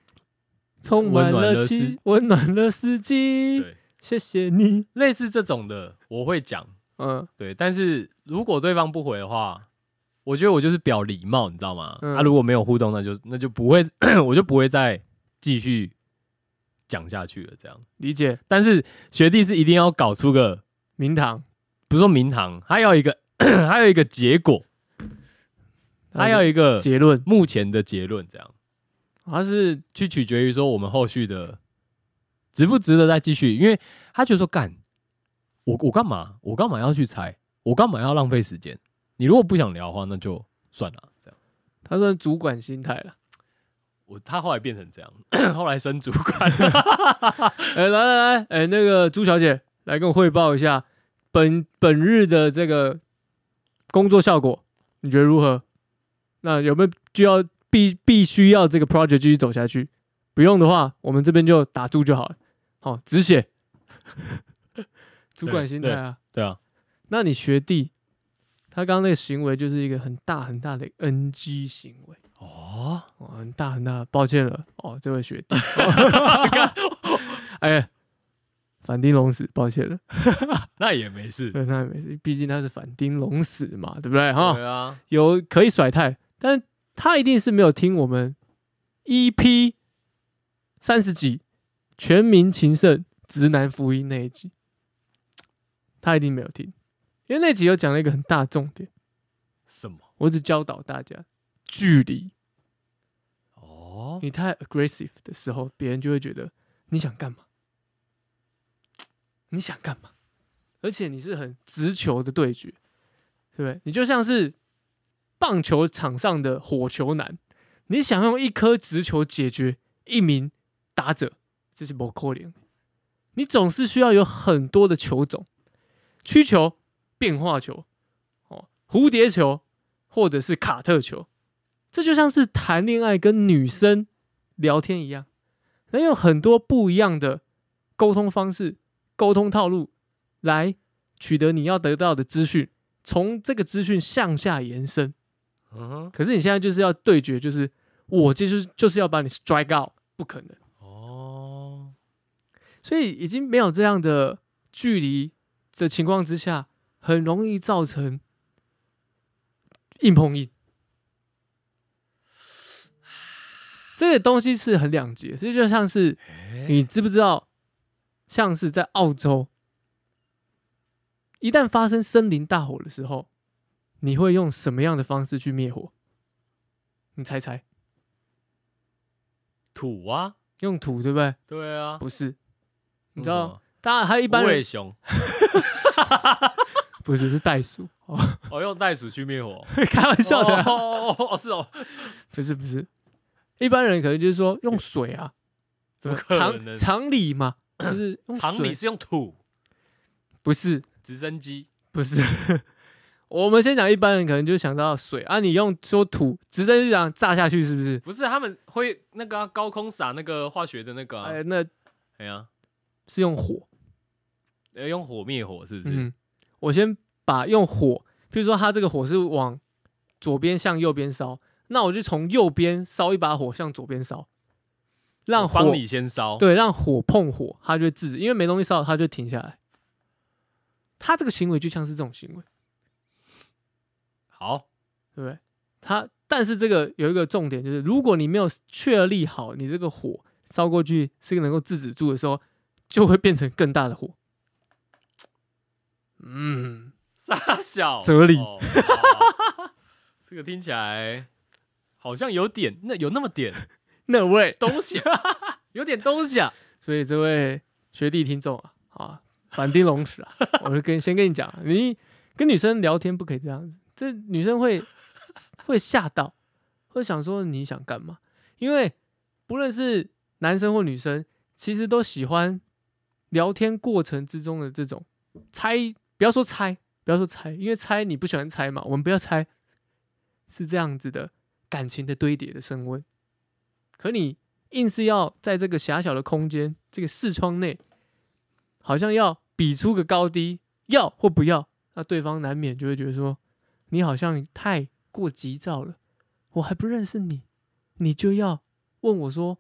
充满温暖了了世气，温暖了四季。对，谢谢你，类似这种的我会讲，嗯对。但是如果对方不回的话，我觉得我就是表礼貌，你知道吗？嗯啊，如果没有互动，那就那就不会， 我就不会再继续讲下去了。这样，理解。但是学弟是一定要搞出个明堂，不是说名堂，它要一个， 它要一个结果，它要一个结论，目前的结论，这样他是去取决于说我们后续的值不值得再继续，因为他觉得说干，我我干嘛，我干嘛要去猜，我干嘛要浪费时间？你如果不想聊的话，那就算了，这样。他算主管心态了。我他后来变成这样， 后来升主管， 哎，来来来，哎，那个朱小姐来跟我汇报一下本本日的这个工作效果，你觉得如何？那有没有就要必必须要这个 project 继续走下去？不用的话，我们这边就打住就好了。好、止血。主管心态啊，对啊，那你学弟他刚刚那个行为就是一个很大很大的 NG 行为。哦，哦，很大很大，抱歉了哦，这位学弟，哎呀，反町隆史，抱歉了，那也没事，对，那也没事，毕竟他是反町隆史嘛，对不对哈？对啊，有可以甩态，但他一定是没有听我们 EP 三十集《全民情圣直男福音》那一集，他一定没有听，因为那集有讲了一个很大的重点，什么？我只教导大家距离。哦，你太 aggressive 的时候，别人就会觉得你想干嘛？你想干嘛？而且你是很直球的对决，对不对？你就像是棒球场上的火球男，你想用一颗直球解决一名打者，这是不可能。你总是需要有很多的球种，曲球、变化球、哦蝴蝶球，或者是卡特球。这就像是谈恋爱跟女生聊天一样，能有很多不一样的沟通方式、沟通套路来取得你要得到的资讯，从这个资讯向下延伸。嗯哼，可是你现在就是要对决，就是我就是就是要把你 strike out，不可能。哦，所以已经没有这样的距离的情况之下，很容易造成硬碰硬。这个东西是很两极，这就像是哎你知不知道，像是在澳洲，一旦发生森林大火的时候，你会用什么样的方式去灭火？你猜猜，土啊，用土对不对？对啊，不是，你用知什道么，当然还有一般无尾人熊，不是是袋鼠，哦，哦，用袋鼠去灭火，开玩 笑的啊、哦哦哦，是哦，不是不是，一般人可能就是说用水啊，怎么可能常常 理嘛，就是用常水理是用土，不是直升机，不是。 我们先讲一般人可能就想到水啊，你用说土直升机这样炸下去是不是？不是他们会那个啊、高空撒那个化学的那个、哎、啊，那哎呀、是用火。要用火灭火是不是？嗯，我先把用火，比如说它这个火是往左边向右边烧，那我就从右边烧一把火向左边烧，让我火帮你先烧，对，让火碰火，它就会制止，因为没东西烧，它就停下来。他这个行为就像是这种行为，好，对不对？他但是这个有一个重点就是，如果你没有确立好你这个火烧过去是能够制止住的时候，就会变成更大的火。嗯，傻小哲理哦好这个听起来好像有点，那有那么点那位，东西啊， 有点东西啊，所以这位学弟听众啊啊，反町隆 啊史啊，我就跟先跟你讲，你跟女生聊天不可以这样子，这女生会 会吓到，会想说你想干嘛？因为不论是男生或女生，其实都喜欢聊天过程之中的这种猜，不要说猜，不要说猜，因为猜你不喜欢猜嘛，我们不要猜，是这样子的感情的堆叠的升温。可你硬是要在这个狭小的空间、这个视窗内，好像要比出个高低，要或不要，那对方难免就会觉得说，你好像太过急躁了，我还不认识你，你就要问我说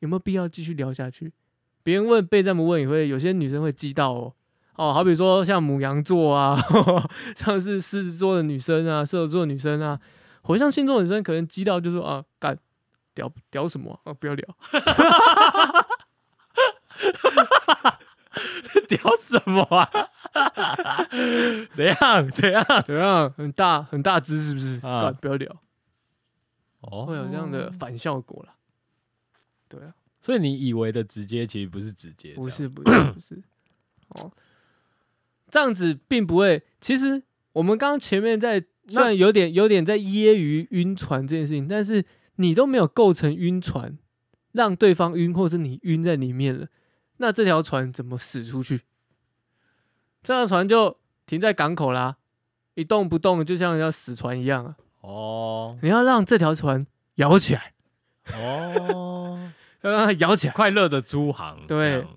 有没有必要继续聊下去？别人问被这么问也会有些女生会激到哦哦，好比说像母羊座啊， 像是狮子座的女生啊，射手座的女生啊，火象星座的女生可能激到就说啊干屌屌什么啊不要聊，屌什么啊？ 怎样怎样？怎样很大很大只是不是？啊干不要聊，哦会有这样的，反效果啦。对啊，所以你以为的直接其实不是直接，不是不是不是，哦，这样子并不会。其实我们刚刚前面在虽然有点有点在揶揄晕船这件事情，但是你都没有构成晕船，让对方晕，或是你晕在里面了，那这条船怎么驶出去？这条船就停在港口啦、一动不动，就像要死船一样啊！哦你要让这条船摇起来， 哦，要让它摇起来，快乐的诸行，对这样，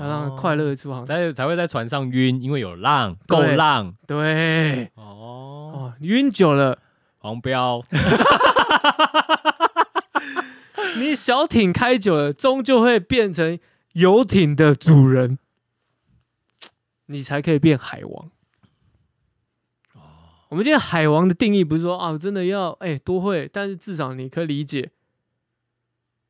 要让它哦快乐地出航。才才会在船上晕，因为有浪，够嗯对浪对，哦，哦，晕久了。黄标， 你小艇开久了，终究会变成游艇的主人，你才可以变海王。我们今天海王的定义不是说啊，真的要哎、多会，但是至少你可以理解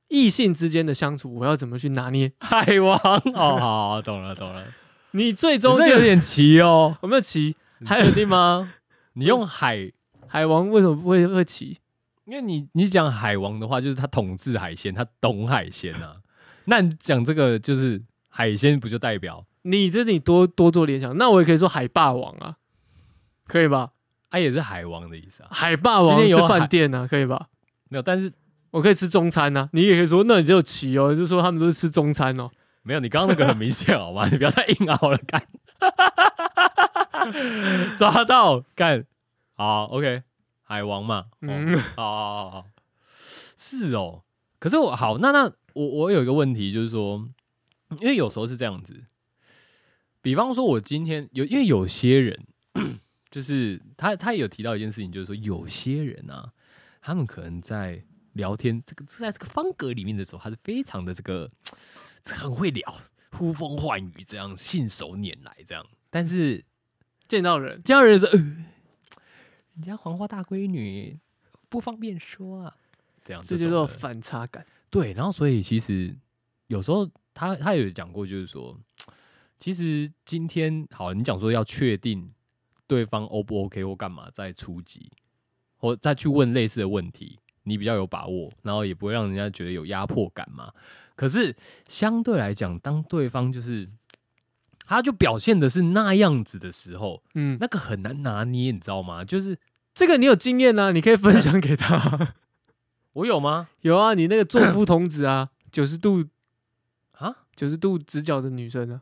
异性之间的相处，我要怎么去拿捏。海王哦，好，懂了懂了，你最总终之就有点奇哦，有没有骑你 还有确定吗？你用海，海王？为什么不会会骑？因为你你讲海王的话，就是他统治海鲜，他懂海鲜啊。那你讲这个就是海鲜，不就代表你这你多多做联想，那我也可以说海霸王啊，可以吧？他也是海王的意思啊？海霸今王天是有海饭店啊，可以吧？没有，但是我可以吃中餐呐、啊你也可以说，那你就骑哦，就说他们都是吃中餐哦。没有，你刚刚那个很明显，好吗？你不 要再硬凹了，干， 抓到干，好，OK，海王嘛，嗯，嗯， 好好好好，是哦。可是我好，那那我我有一个问题，就是说，因为有时候是这样子，比方说，我今天有，因为有些人， 就是他他也有提到一件事情，就是说，有些人啊，他们可能在聊天这个在这个方格里面的时候，他是非常的这个很会聊，呼风唤雨，这样信手拈来这样，但是见到 人，家人说、呃，人家黄花大闺女不方便说啊，这样这种就叫的反差感。对。然后所以其实有时候他他有讲过，就是说，其实今天好，你讲说要确定对方 O 不 OK 或干嘛再出击，或再去问类似的问题，你比较有把握，然后也不会让人家觉得有压迫感嘛。可是相对来讲，当对方就是他就表现的是那样子的时候，嗯，那个很难拿捏，你知道吗？就是这个你有经验啊，你可以分享给 他。我有吗？有啊，你那个作夫童子啊，九十度啊，九十度直角的女生啊，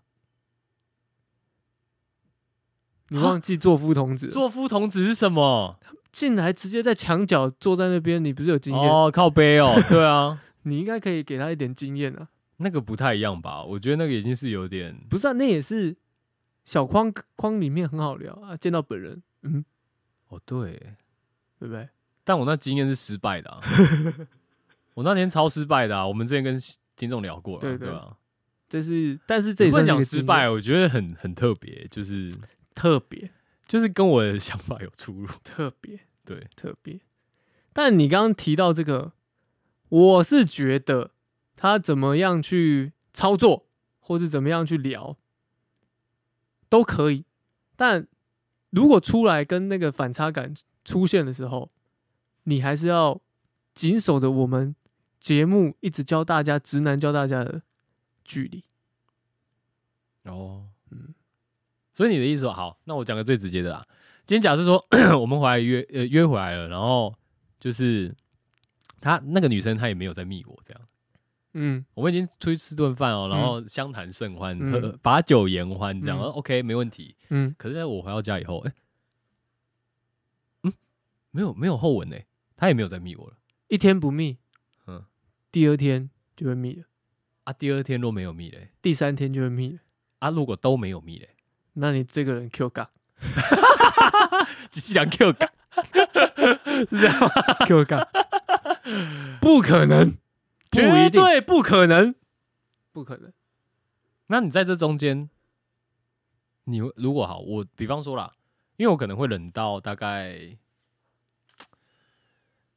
你啊忘记作夫童子了做夫童子是什么？进来直接在墙角坐在那边，你不是有经验？哦，靠背哦，对啊，你应该可以给他一点经验啊。那个不太一样吧？我觉得那个已经是有点不是啊，那也是小框框里面很好聊啊，见到本人，嗯，哦，对，对不对？但我那经验是失败的、啊，我那天超失败的、啊。我们之前跟听众聊过了，啊对对对吧？这是，但是这也也不能算是一讲个失经败，验，我觉得很很特别，就是特别就是跟我的想法有出入。特别对，特别。但你刚刚提到这个，我是觉得他怎么样去操作，或是怎么样去聊，都可以。但如果出来跟那个反差感出现的时候，你还是要谨守着我们节目一直教大家直男教大家的距离。哦，嗯所以你的意思说，好，那我讲个最直接的啦。今天假设说 我们回来约呃约回来了，然后就是她那个女生她也没有在密我这样，嗯我们已经出去吃顿饭哦，然后相谈甚欢，嗯喝把酒言欢这样、嗯呃 o k 没问题。嗯，可是在我回到家以后，哎、嗯，没有没有后文呢、她也没有在密我了一天不密，嗯第二天就会密了，啊。第二天都没有密嘞、第三天就会密了，啊，如果都没有密嘞、 那你这个人 Q 嘎只是讲 Q 感，是这样吗？ Q 嘎，不可能，不绝一定对，不可能，不可能，那你在这中间，你会如果好，我比方说啦，因为我可能会忍到大概，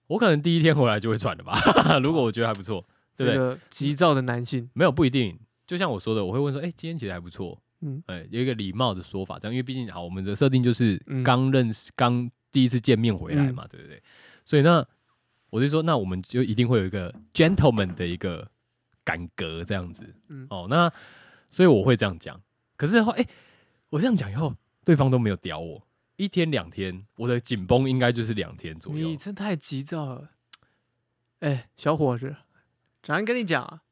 我可能第一天回来就会喘了吧。 如果我觉得还不错，这对不对？个急躁的男性，没有不一定，就像我说的，我会问说，哎、今天其实还不错，嗯嗯，哎、有一个礼貌的说法，这样，因为毕竟好，我们的设定就是嗯刚认识、刚、第一次见面回来嘛，对不对？所以那我就说，那我们就一定会有一个 gentleman 的一个感格这样子，嗯嗯，哦，那所以我会这样讲，可是的话，哎、我这样讲以后，对方都没有屌我。一天两天，我的紧绷应该就是两天左右你。真太急躁了。哎，小伙子，早上跟你讲啊，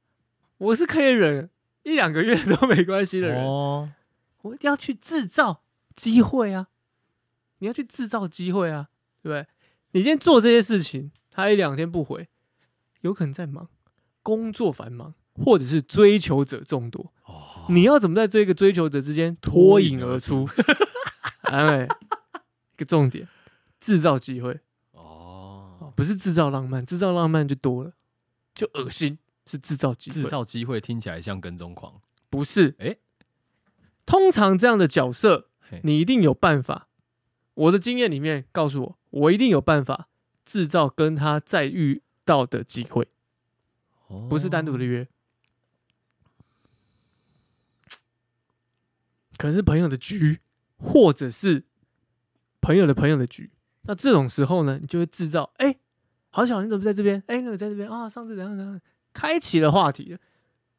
我是可以忍一两个月都没关系的人，哦，我一定要去制造机会啊！你要去制造机会啊，对不对？你今天做这些事情，他一两天不回，有可能在忙，工作繁忙，或者是追求者众多。哦你要怎么在这个追求者之间脱颖而出？哎，一个重点，制造机会。哦，哦，不是制造浪漫，制造浪漫就多了，就恶心。是制造机会，制造机会听起来像跟踪狂。不是。诶通常这样的角色，嘿你一定有办法。我的经验里面告诉我，我一定有办法制造跟他再遇到的机会，不是单独的约，可能是朋友的局，或者是朋友的朋友的局。那这种时候呢，你就会制造，哎、好巧，你怎么在这边？哎、那个在这边啊，上次怎样怎样，开启了话题了。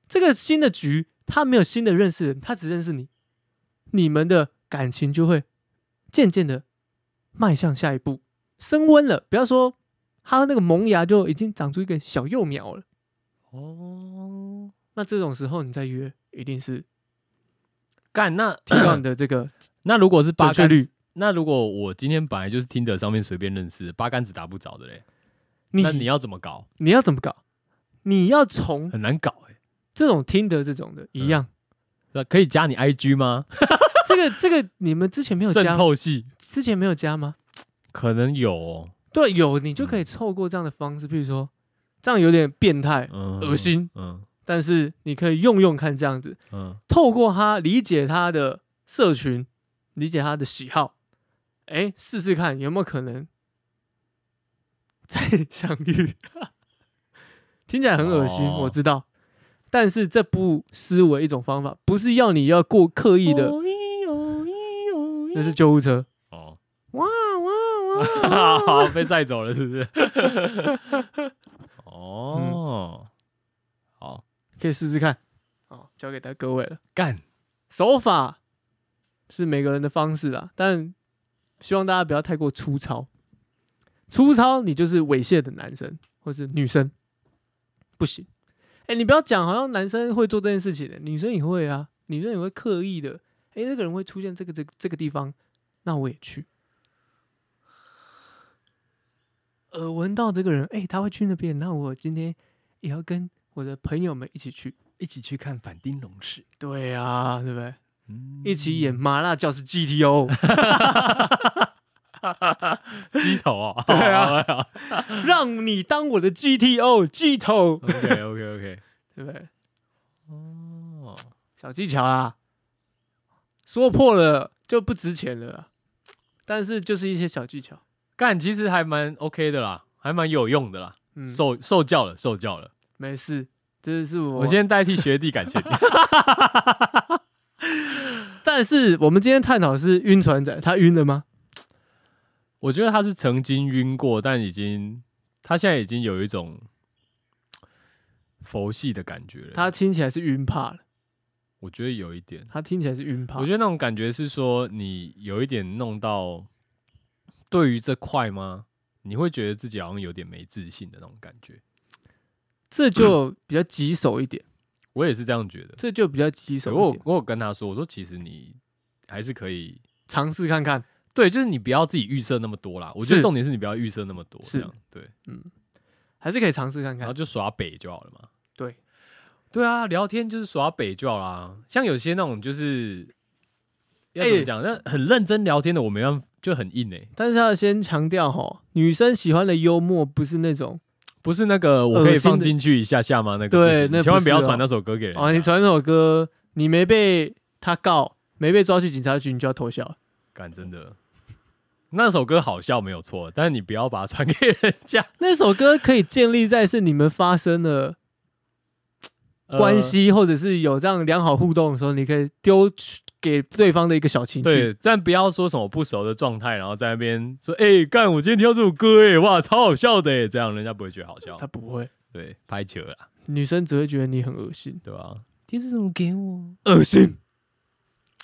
这个新的局，他没有新的认识人，他只认识你，你们的感情就会渐渐的迈向下一步，升温了。不要说他那个萌芽就已经长出一个小幼苗了。哦。那这种时候你再约，一定是干那提高你的这个 那如果是八准确竿率子，。那如果我今天本来就是听的上面随便认识，八竿子打不着的嘞，你那你要怎么搞？你要怎么搞？你要从很嗯难搞哎、这种听得这种的一 样，那可以加你 IG 吗？这个这个你们之前没有渗加，透系之前没有加吗？可能有、哦，对，有你就可以透过这样的方式，譬如说这样有点变态、嗯，恶，心，嗯但是你可以用用看这样子，嗯，透过他理解他的社群，理解他的喜好，哎，试试看有没有可能再相遇。 听起来很恶心，哦我知道，但是这不失为一种方法，不是要你要过刻意的，那是救护车。哦， 哇哇哇！好被载走了是不是？哦，好 可以试试看。好，交给大各位了。干，手法是每个人的方式啦，但希望大家不要太过粗糙。粗糙，你就是猥亵的男生或是女生，不行。哎、你不要讲，好像男生会做这件事情的，女生也会啊，女生也会刻意的。哎、那个人会出现这个这个这个地方，那我也去。耳闻到这个人，哎、他会去那边，那我今天也要跟我的朋友们一起去。一起去看反町隆史，对呀、啊，对不对？嗯一起演麻辣教师哦 GTO，鸡头哦，对啊好，让你当我的 GTO 鸡头， OK OK OK，对不对？ 哦，小技巧啦，说破了就不值钱了啦，但是就是一些小技巧，干其实还蛮 OK 的啦，还蛮有用的啦，嗯，受受教了，受教了。没事，这是我。我，先代替学弟感谢你。 但是我们今天探讨的是晕船仔，他晕了吗？我觉得他是曾经晕过，但已经他现在已经有一种佛系的感觉了。他听起来是晕怕了，我觉得有一点，他听起来是晕怕我觉，得那种感觉是说你有一点弄到对于这块吗？你会觉得自己好像有点没自信的那种感觉。这就比较棘手一点，我也是这样觉得。这就比较棘对手我一有点，我有跟他说，我说其实你还是可以，尝试看看。对，就是你不要自己预设那么多啦。我觉得是重点是你不要预设那么多，这是样对，还是可以尝试看然看后，就耍北就好了嘛。对，对啊，聊天就是耍北就好啦。像有些那种就是要怎么哎讲，那、很认真聊天的，我没办法，就很硬哎、但是要先强调哈，女生喜欢的幽默不是那种不是那个，我可恶以心放的进去一下下吗？那个对不行那千万不不要是哦传那首歌给人家。哦，你传这首歌，你没被他告，没被抓去警察局，你就要偷笑了。干真的，那首歌好笑没有错，但是你不要把它传给人家。那首歌可以建立在是你们发生了呃关系，或者是有这样良好互动的时候，你可以丢去给对方的一个小情绪。对，但不要说什么不熟的状态，然后在那边说：“哎、干，我今天听到这首歌、哎，哇，超好笑的、哎，这样人家不会觉得好笑他。不会，对，拍球啦，女生只会觉得你很恶心，对吧、啊？天是怎么给我？恶心，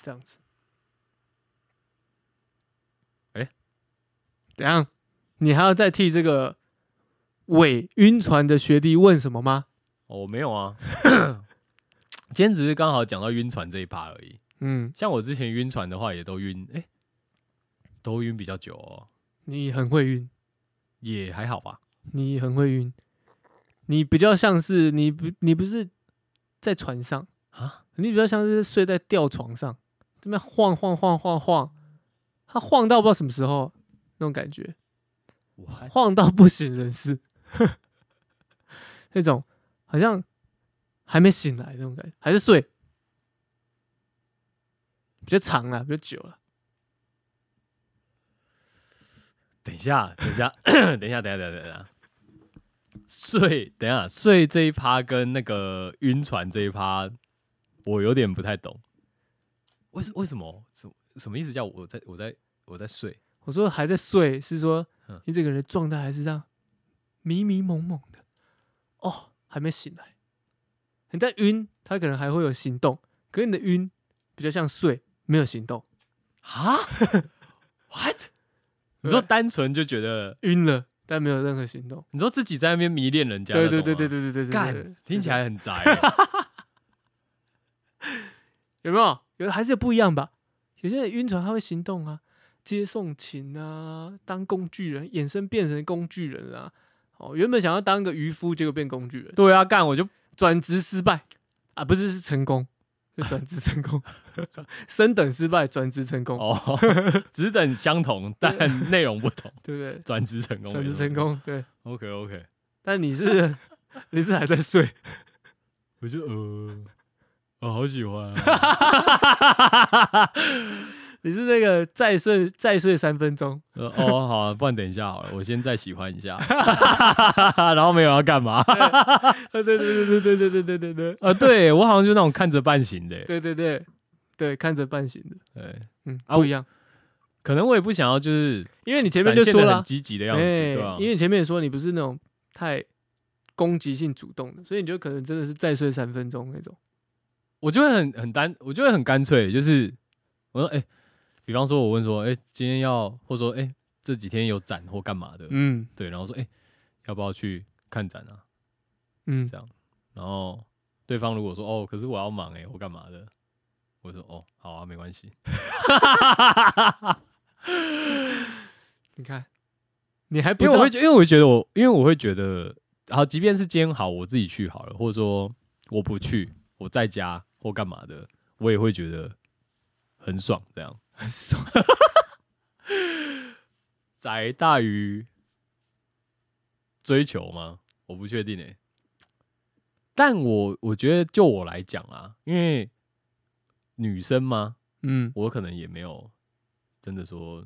这样子。哎怎样？你还要再替这个伪晕船的学弟问什么吗？哦，我没有 啊，今天只是刚好讲到晕船这一趴而已。嗯，像我之前晕船的话，也都晕，哎、都晕比较久哦，你很会晕，也还好吧。你很会晕，你比较像是你不你不是在船上啊，你比较像是睡在吊床上，这边晃晃晃晃晃，它晃到不知道什么时候那种感觉，我还晃到不省人事，那种好像还没醒来那种感觉，还是睡，比较长了，比较久了，等一下，等一下， 等一下，等一下，等一下，等一下。睡，等一下，睡这一趴跟那个晕船这一趴，我有点不太懂。为什为什么什什么意思？叫我在我在我在睡？我说还在睡，是说嗯你整个人的状态还是这样迷迷蒙蒙的，哦，还没醒来。你在晕，他可能还会有行动，可是你的晕比较像睡，没有行动，啊 ？What？你说单纯就觉得，晕了但没有任何行动。你说自己在那边迷恋人家那种对对吗，对对对对对对，干对听起来很宅 欸。有没有？有还是有不一样吧？有些人晕船他会行动啊，接送情啊，当工具人，衍生变成工具人啊。哦，原本想要当个渔夫，结果变工具人。对啊，干我就转职失败啊，不是是成功，是转职成功，升等失败，转职成功，哦， 只等相同，但内容不同，对不对？转职成功，转职成。功，对。 OK OK，但你是你是还在睡，我就呃，我好喜欢、啊你是那个再睡再睡三分钟，呃哦，好、啊，不然等一下好了，我先再喜欢一下， 然后没有要干嘛？啊，对对对对对对对对对对呃，对我好像就那种看着办型的欸，对对对对，看着半醒的，对，嗯，啊不一样，可能我也不想要就是因为你前展面就现说的了很啊，积极的样子，哎对啊吧、，因为你前面也说你不是那种太攻击性主动的，所以你就可能真的是再睡三分钟那种，我就会很很单，我就会很干脆，就是我说，哎、比方说我问说，哎、今天要，或者说，哎、这几天有展或干嘛的，嗯对，然后说，哎、要不要去看展啊？嗯这，样。然后对方如果说哦，可是我要忙哎、我干嘛的？我就说哦，好啊，没关系。 你看，你还不因为到我会觉，因为我会觉得我，因为我会觉得，好，即便是今天好，我自己去好了，或者说我不去，我在家或干嘛的，我也会觉得很爽。这样很爽。宅大于追求吗？我不确定哎、但我我觉得就我来讲啊，因为女生嘛，嗯，我可能也没有真的说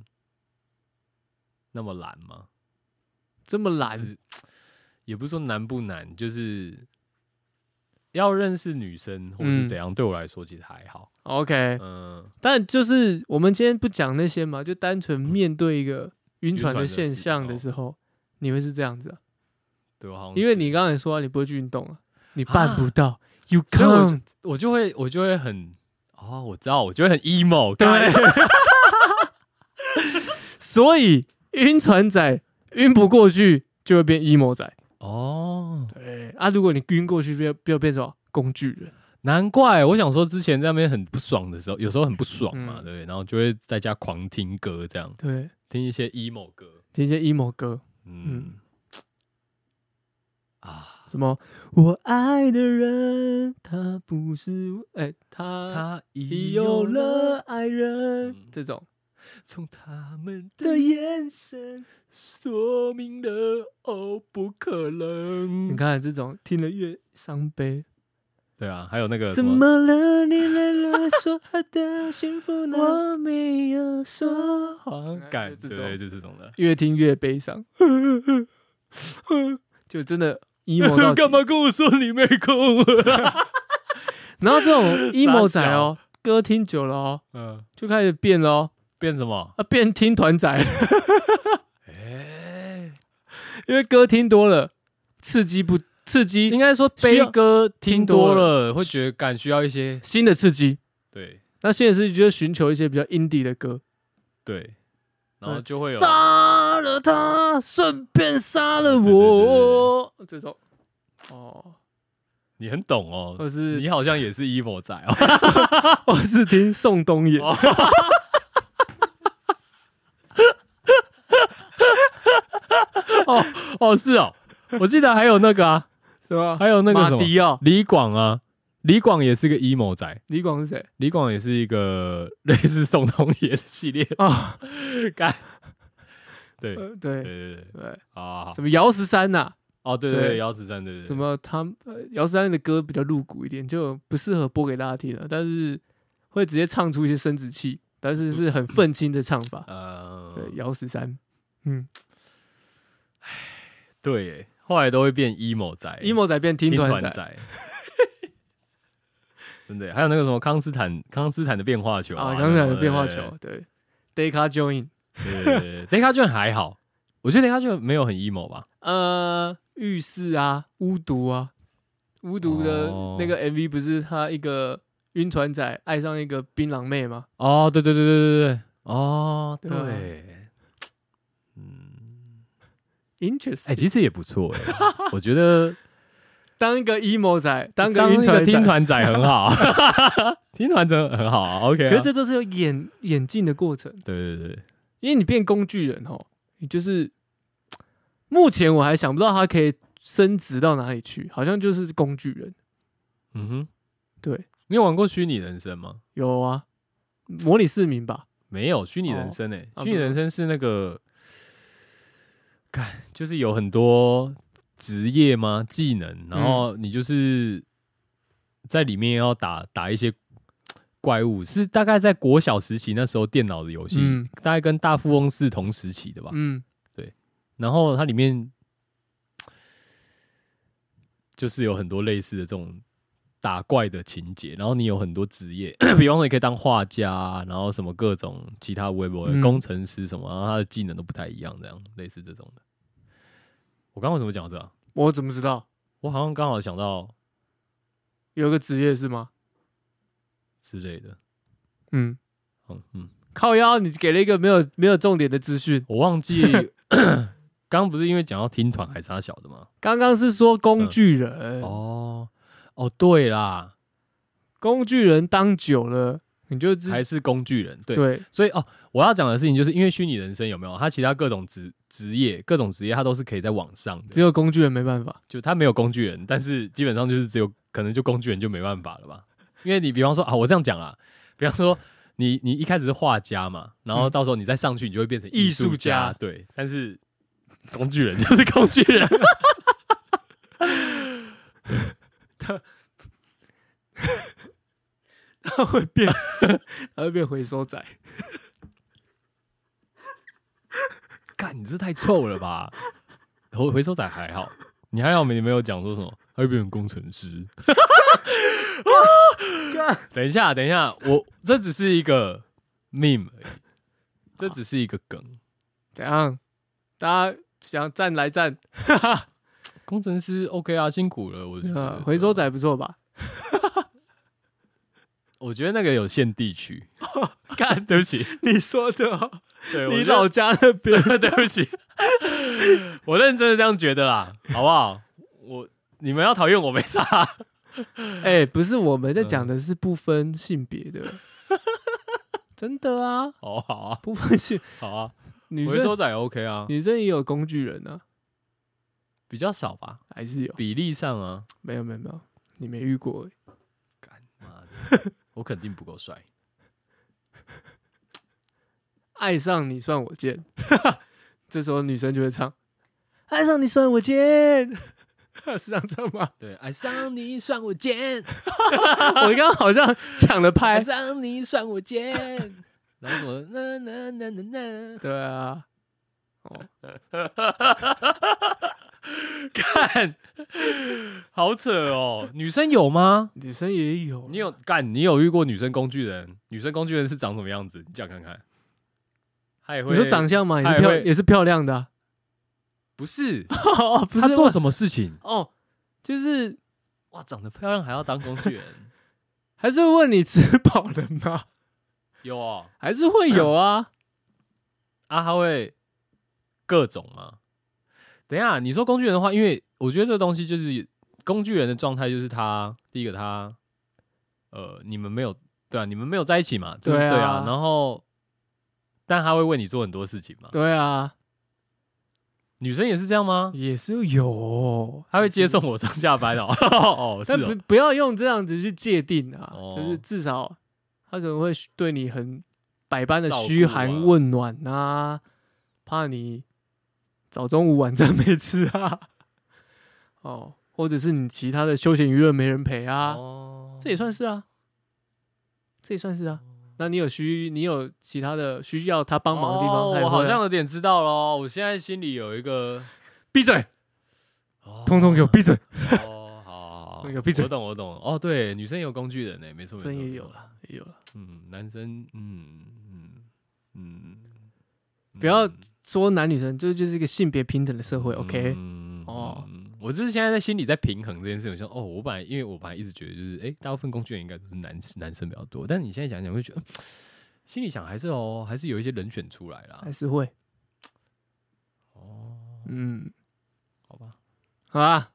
那么懒嘛，这么嗯懒，也不是说难不难，就是要认识女生或是嗯怎样，对我来说其实还好。 OK。嗯，但就是我们今天不讲那些嘛，就单纯面对一个晕船的现象的时候，你会是这样子、啊，对我好像是因为你刚才说、啊、你不会去运动啊，你啊办不到。You 所以我 can't，我就会我就会很哦，我知道，我就会很 emo，干 对。所以晕船仔晕不过去就会变 emo 仔。 哦，对啊，如果你晕过去，就就变成工具人。难怪我想说，之前在那边很不爽的时候，有时候很不爽嘛，嗯对不对？然后就会在家狂听歌，这样对，听一些 emo 歌，听一些 emo 歌，嗯，啊，什么我爱的人他不是我，哎、他他已已有有了了爱人，嗯嗯这种从他们的的眼神。说明了哦，不可能。你，看这种听了越伤悲。对啊，还有那个什怎么了？你来了，说好的幸福 呢？我没有说谎哎感，就这对，种就这种的。越听越悲伤， 就真 的 emo 到底干嘛跟我说你没空？然后这 种 emo 傻仔小哦，歌听久了哦， 嗯，就开始变了哦，变什么？啊，变听团仔， 哎，因为歌听多了，刺激不刺应激，该说需悲要歌听听多多了，会觉得感需要一些。新的刺激。对那现在是就是寻求一些比较 indie 的歌，对，然后嗯就会哦有杀了他，顺便杀了对对对我这种，哦，你很懂哦，或是 你好像也是 emo 仔哦。我是听宋冬野， 哦哦，是哦，我记得还有那个啊，是吧？还有那个什马么迪奥，李广啊，李广也是个 emo 仔，李广是谁李广也是一个类似宋冬野的系列啊？干。对对呃对对对，对，好好好什么姚十三呐？哦，对对对对，姚子山对对对什么他们呃姚十三的歌比较露骨一点，就不适合播给大家听了，但是会直接唱出一些生殖器，但是嗯是很愤青的唱法。呃对，姚十三，嗯对耶，后来都会变 emo 仔，emo 仔变听哎听团团仔仔，真的耶还有那个什么康斯坦康斯坦的变化球啊，那刚才种有的变化哎球，对，Dayca Join，对对对对 Deca 卷还好，我觉得 Deca 卷没有很 emo 吧，呃，浴室啊，巫毒啊，巫毒的哦那个 MV 不是他一个晕船仔爱上一个槟榔妹吗？哦，对对对对对对，哦，对啊对，嗯，哎、 Interesting，其实也不错哎、我觉得当一个 emo 仔， 当个当晕一个船听仔，团仔很 好，听团真的很好啊，OK 啊可是这都是有演演进的过程。对对对，嗯因为你变工具人哦，你就是目前我还想不到他可以升值到哪里去，好像就是工具人。嗯哼，对，你有玩过虚拟人生吗？有啊，模拟市民吧，没有，虚拟人生诶、啊虚拟人生是那个，看就是有很多职业吗？技能，嗯然后你就是在里面要打打一些怪物，是大概在国小时期那时候电脑的游戏，嗯大概跟大富翁是同时期的吧。嗯，然后它里面就是有很多类似的这种打怪的情节，然后你有很多职业， 比方说你可以当画家啊，然后什么各种其他微博、嗯工程师什么，然后他的技能都不太一样，这样类似这种的。我刚刚为什么讲到这啊？我怎么知道我好像刚好想到有一个职业是吗？之类的，嗯，嗯嗯，靠腰，你给了一个没有没有重点的资讯。我忘记刚刚不是因为讲到听团还是他小的吗？刚刚是说工具人，哦哦，对啦，工具人当久了你就知还是工具人，对对，所以哦，我要讲的事情就是因为虚拟人生有没有？它其他各种职职业、各种职业，它都是可以在网上只的，有工具人没办法。就它没有工具人，但是基本上就是只有可能就工具人就没办法了吧？因为你比方说啊，我这样讲啦，比方说你你一开始是画家嘛，然后嗯到时候你再上去，你就会变成艺术术家对，但是工具人 就是工具人，他 会 变，他会变回收仔。干你这太臭了吧？回回收仔还好，你还好没你没有讲说什么，他会变成工程师。 啊等一下，等一下，我这只是一个 meme，而已这只是一个梗。怎样？大家想站来站，工程师 OK 啊，辛苦了，我觉得呃，回收，仔不错 吧？ 我觉得那个有限地区。看，对不起，你说的哦、对，你我老就家那边 对不起，我认真的这样觉得啦，好不好？我你们要讨厌我没啥，哎、不是我们在讲的是不分性别的，真的啊，好好啊，不分性好啊，女回生收仔 OK 啊，女生也有工具人啊，比较少吧，还是有？比例上啊，没有没有没有，你没遇过而已、欸干妈的，我肯定不够帅，爱上你算我 贱，这时候女生就会唱爱上你算我贱， 是这样唱 吗？对，爱上你算我贱，我刚刚好像抢了爱拍，上你算我贱，然后什么那那那那 那，对啊，干，好扯哦，女生有吗？女生也有，你有干？你有遇过女生工具人？女生工具人是长什么样子？你讲看看。她也会你说长相嘛，也她是也漂会也是漂亮的啊、不是？哦，不她是做我什么事情？哦，就是哇，长得漂亮还要当工具人？还是会问你吃饱了吗？ 有哦，还是会有啊。啊，她会各种吗？等一下，你说工具人的话，因为我觉得这个东西就是工具人的状态，就是他第一个他，呃，你们没有对啊，你们没有在一起嘛，这是对啊对啊，然后但他会为你做很多事情嘛， 对啊，女生也是这样吗？也是有，他会接送我上下班哦，哦是但不哦，不要用这样子去界定啊，哦就是至少他可能会嘘对你很百般的照顾啊嘘寒问暖啊，怕你早中午晚餐没吃啊， 哦，或者是你其他的休闲娱乐没人陪啊，哦这也算是啊，这也算是啊。那你有需你有其他的需要他帮忙的地方，哦他也我会啊好像有点知道喽。我现在心里有一个，闭嘴，哦通通给我闭嘴，哦，好好好，那个闭嘴我懂，我懂。哦，对，女生有工具人呢，没错，没错，真也有没错了，也有了。嗯，男生，嗯嗯嗯，嗯不要说男女生，这就是一个性别平等的社会。OK，嗯哦。嗯我只是现在在心里在平衡这件事情，像哦，我本来因为我本来一直觉得就是，哎、大部分工具人应该都是男男生比较多，但你现在讲一讲会觉得，嗯心里想还是哦，还是有一些人选出来啦还。是会，哦，嗯，好吧，好啊，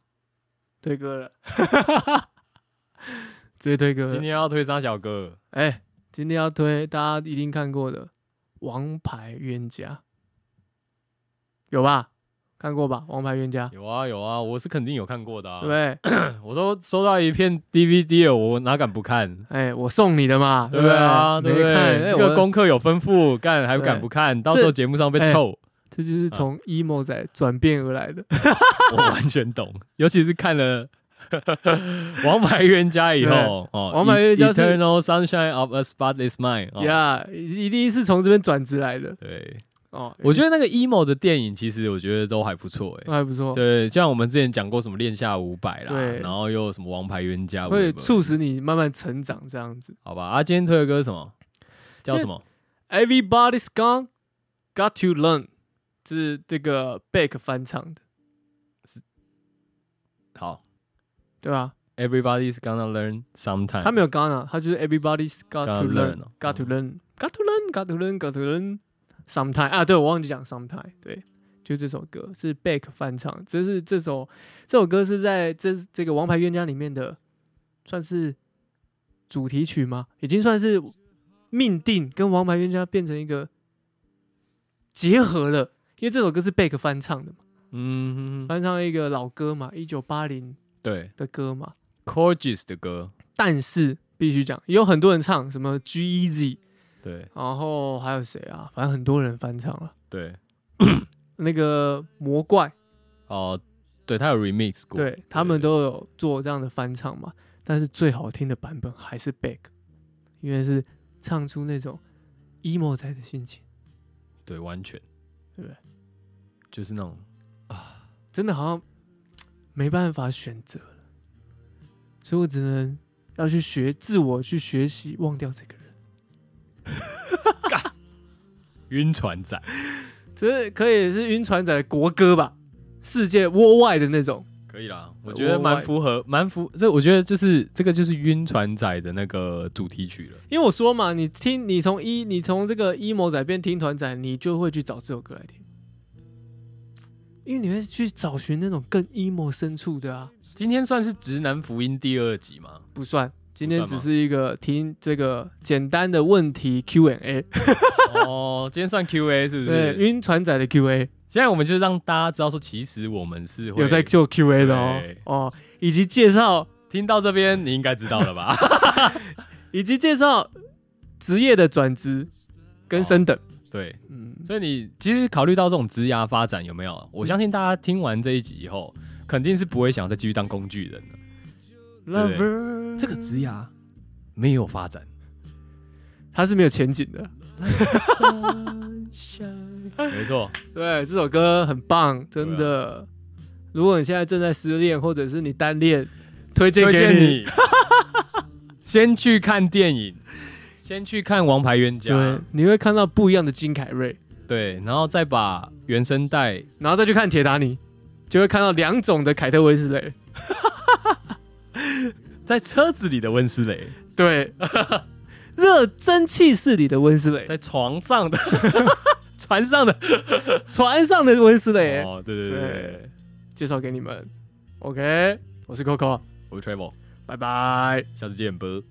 推歌了， 直接推歌今了。天要推张小哥，哎、今天要推大家一定看过的《王牌冤家》，有吧？看过吧，《王牌冤家》有啊有啊，我是肯定有看过的、啊，对不对？我都收到一片 DVD 了，我哪敢不看？哎、我送你的嘛，对不不对？对啊？对不没对？看，哎、这我个功课有吩 咐，干还不敢不看？到时候节目上被哎臭，这就是啊从 emo 仔转变而来的。哎 我完全懂。尤其是看了 《王牌冤家》以对后，哦，王牌冤家是 Eternal Sunshine of a Spotless Mind》哦。呀、一定是从这边转职来的对，哦。哎我觉得那个 emo 的电影，其实我觉得都还不错诶。那还不错，对，像我们之前讲过什么《恋下五百》啦哦对，然后又有什么《王牌冤家》，会促使你慢慢成长这样子。好吧？啊，今天推的歌是什么？叫什么？ Everybody's gone, got to learn，这是这个 Beck 翻唱的，好对吧？ ，Everybody's gonna learn sometime。他没有 gone 啊，他就是 Everybody's got to 哎 Gotta learn, learn 哦 got to learn, got to learn, got to learn, got to learn sometime 啊，对我忘记讲 sometime，对。就这首歌是 Beck 翻唱，这是这首这首歌是在这这个《王牌冤家》里面的，算是主题曲吗？已经算是命定跟《王牌冤家》变成一个结合了，因为这首歌是 Beck 翻唱的嘛。嗯，翻唱一个老歌嘛，一九八零对的歌嘛。 ，Corgis 的歌，但是必须讲，有很多人唱什么 G E Z，对然后还有谁啊？反正很多人翻唱了、对，那个魔怪，哦、对他有 remix 过，对他们都有做这样的翻唱嘛。但是最好听的版本还是 Beck，因为是唱出那种 emo 仔的心情，对完全，对不对？就是那种真的好像没办法选择了，所以我只能要去学自我去学习，忘掉这个人。晕船仔，这可以是晕船仔的国歌吧，世界窝外的那种，可以啦，我觉得蛮符合，蛮符。这我觉得就是这个就是晕船仔的那个主题曲了。因为我说嘛，你听，你从一，你从这个 emo 仔变听团仔，你就会去找这首歌来听，因为你会去找寻那种更 emo 深处的啊。今天算是直男福音第二集吗？不算，不今天算只吗是一个听这个简单的问题 Q&A，哦，今天算 Q&A 是不 对，是？晕船仔的 Q&A 现在我们就让大家知道说，其实我们是会有在做 Q&A 的哦对，哦，以及介绍，听到这边，你应该知道了吧？ 以及介绍职业的转职跟升等，对，嗯，所以你其实考虑到这种职涯发展有没有？我相信大家听完这一集以后，肯定是不会想再继续当工具人了。对 lover 这个职涯没有发展，它是没有前景的。没错，对，这首歌很棒，真啊的。如果你现在正在失恋，或者是你单恋，推荐推给荐 你先去看电影，先去看《王牌冤家》对，你会看到不一样的金凯瑞，对，然后再把原声带然后再去看铁达尼，就会看到两种的凯特温斯雷。在车子里的温斯雷， 对，热蒸汽室里的温斯雷，在床上的 船上的船上的温斯雷，哦，对对对对对，介绍给你们。OK，我是 Coco，我是 Travel，拜拜。下次见，啵。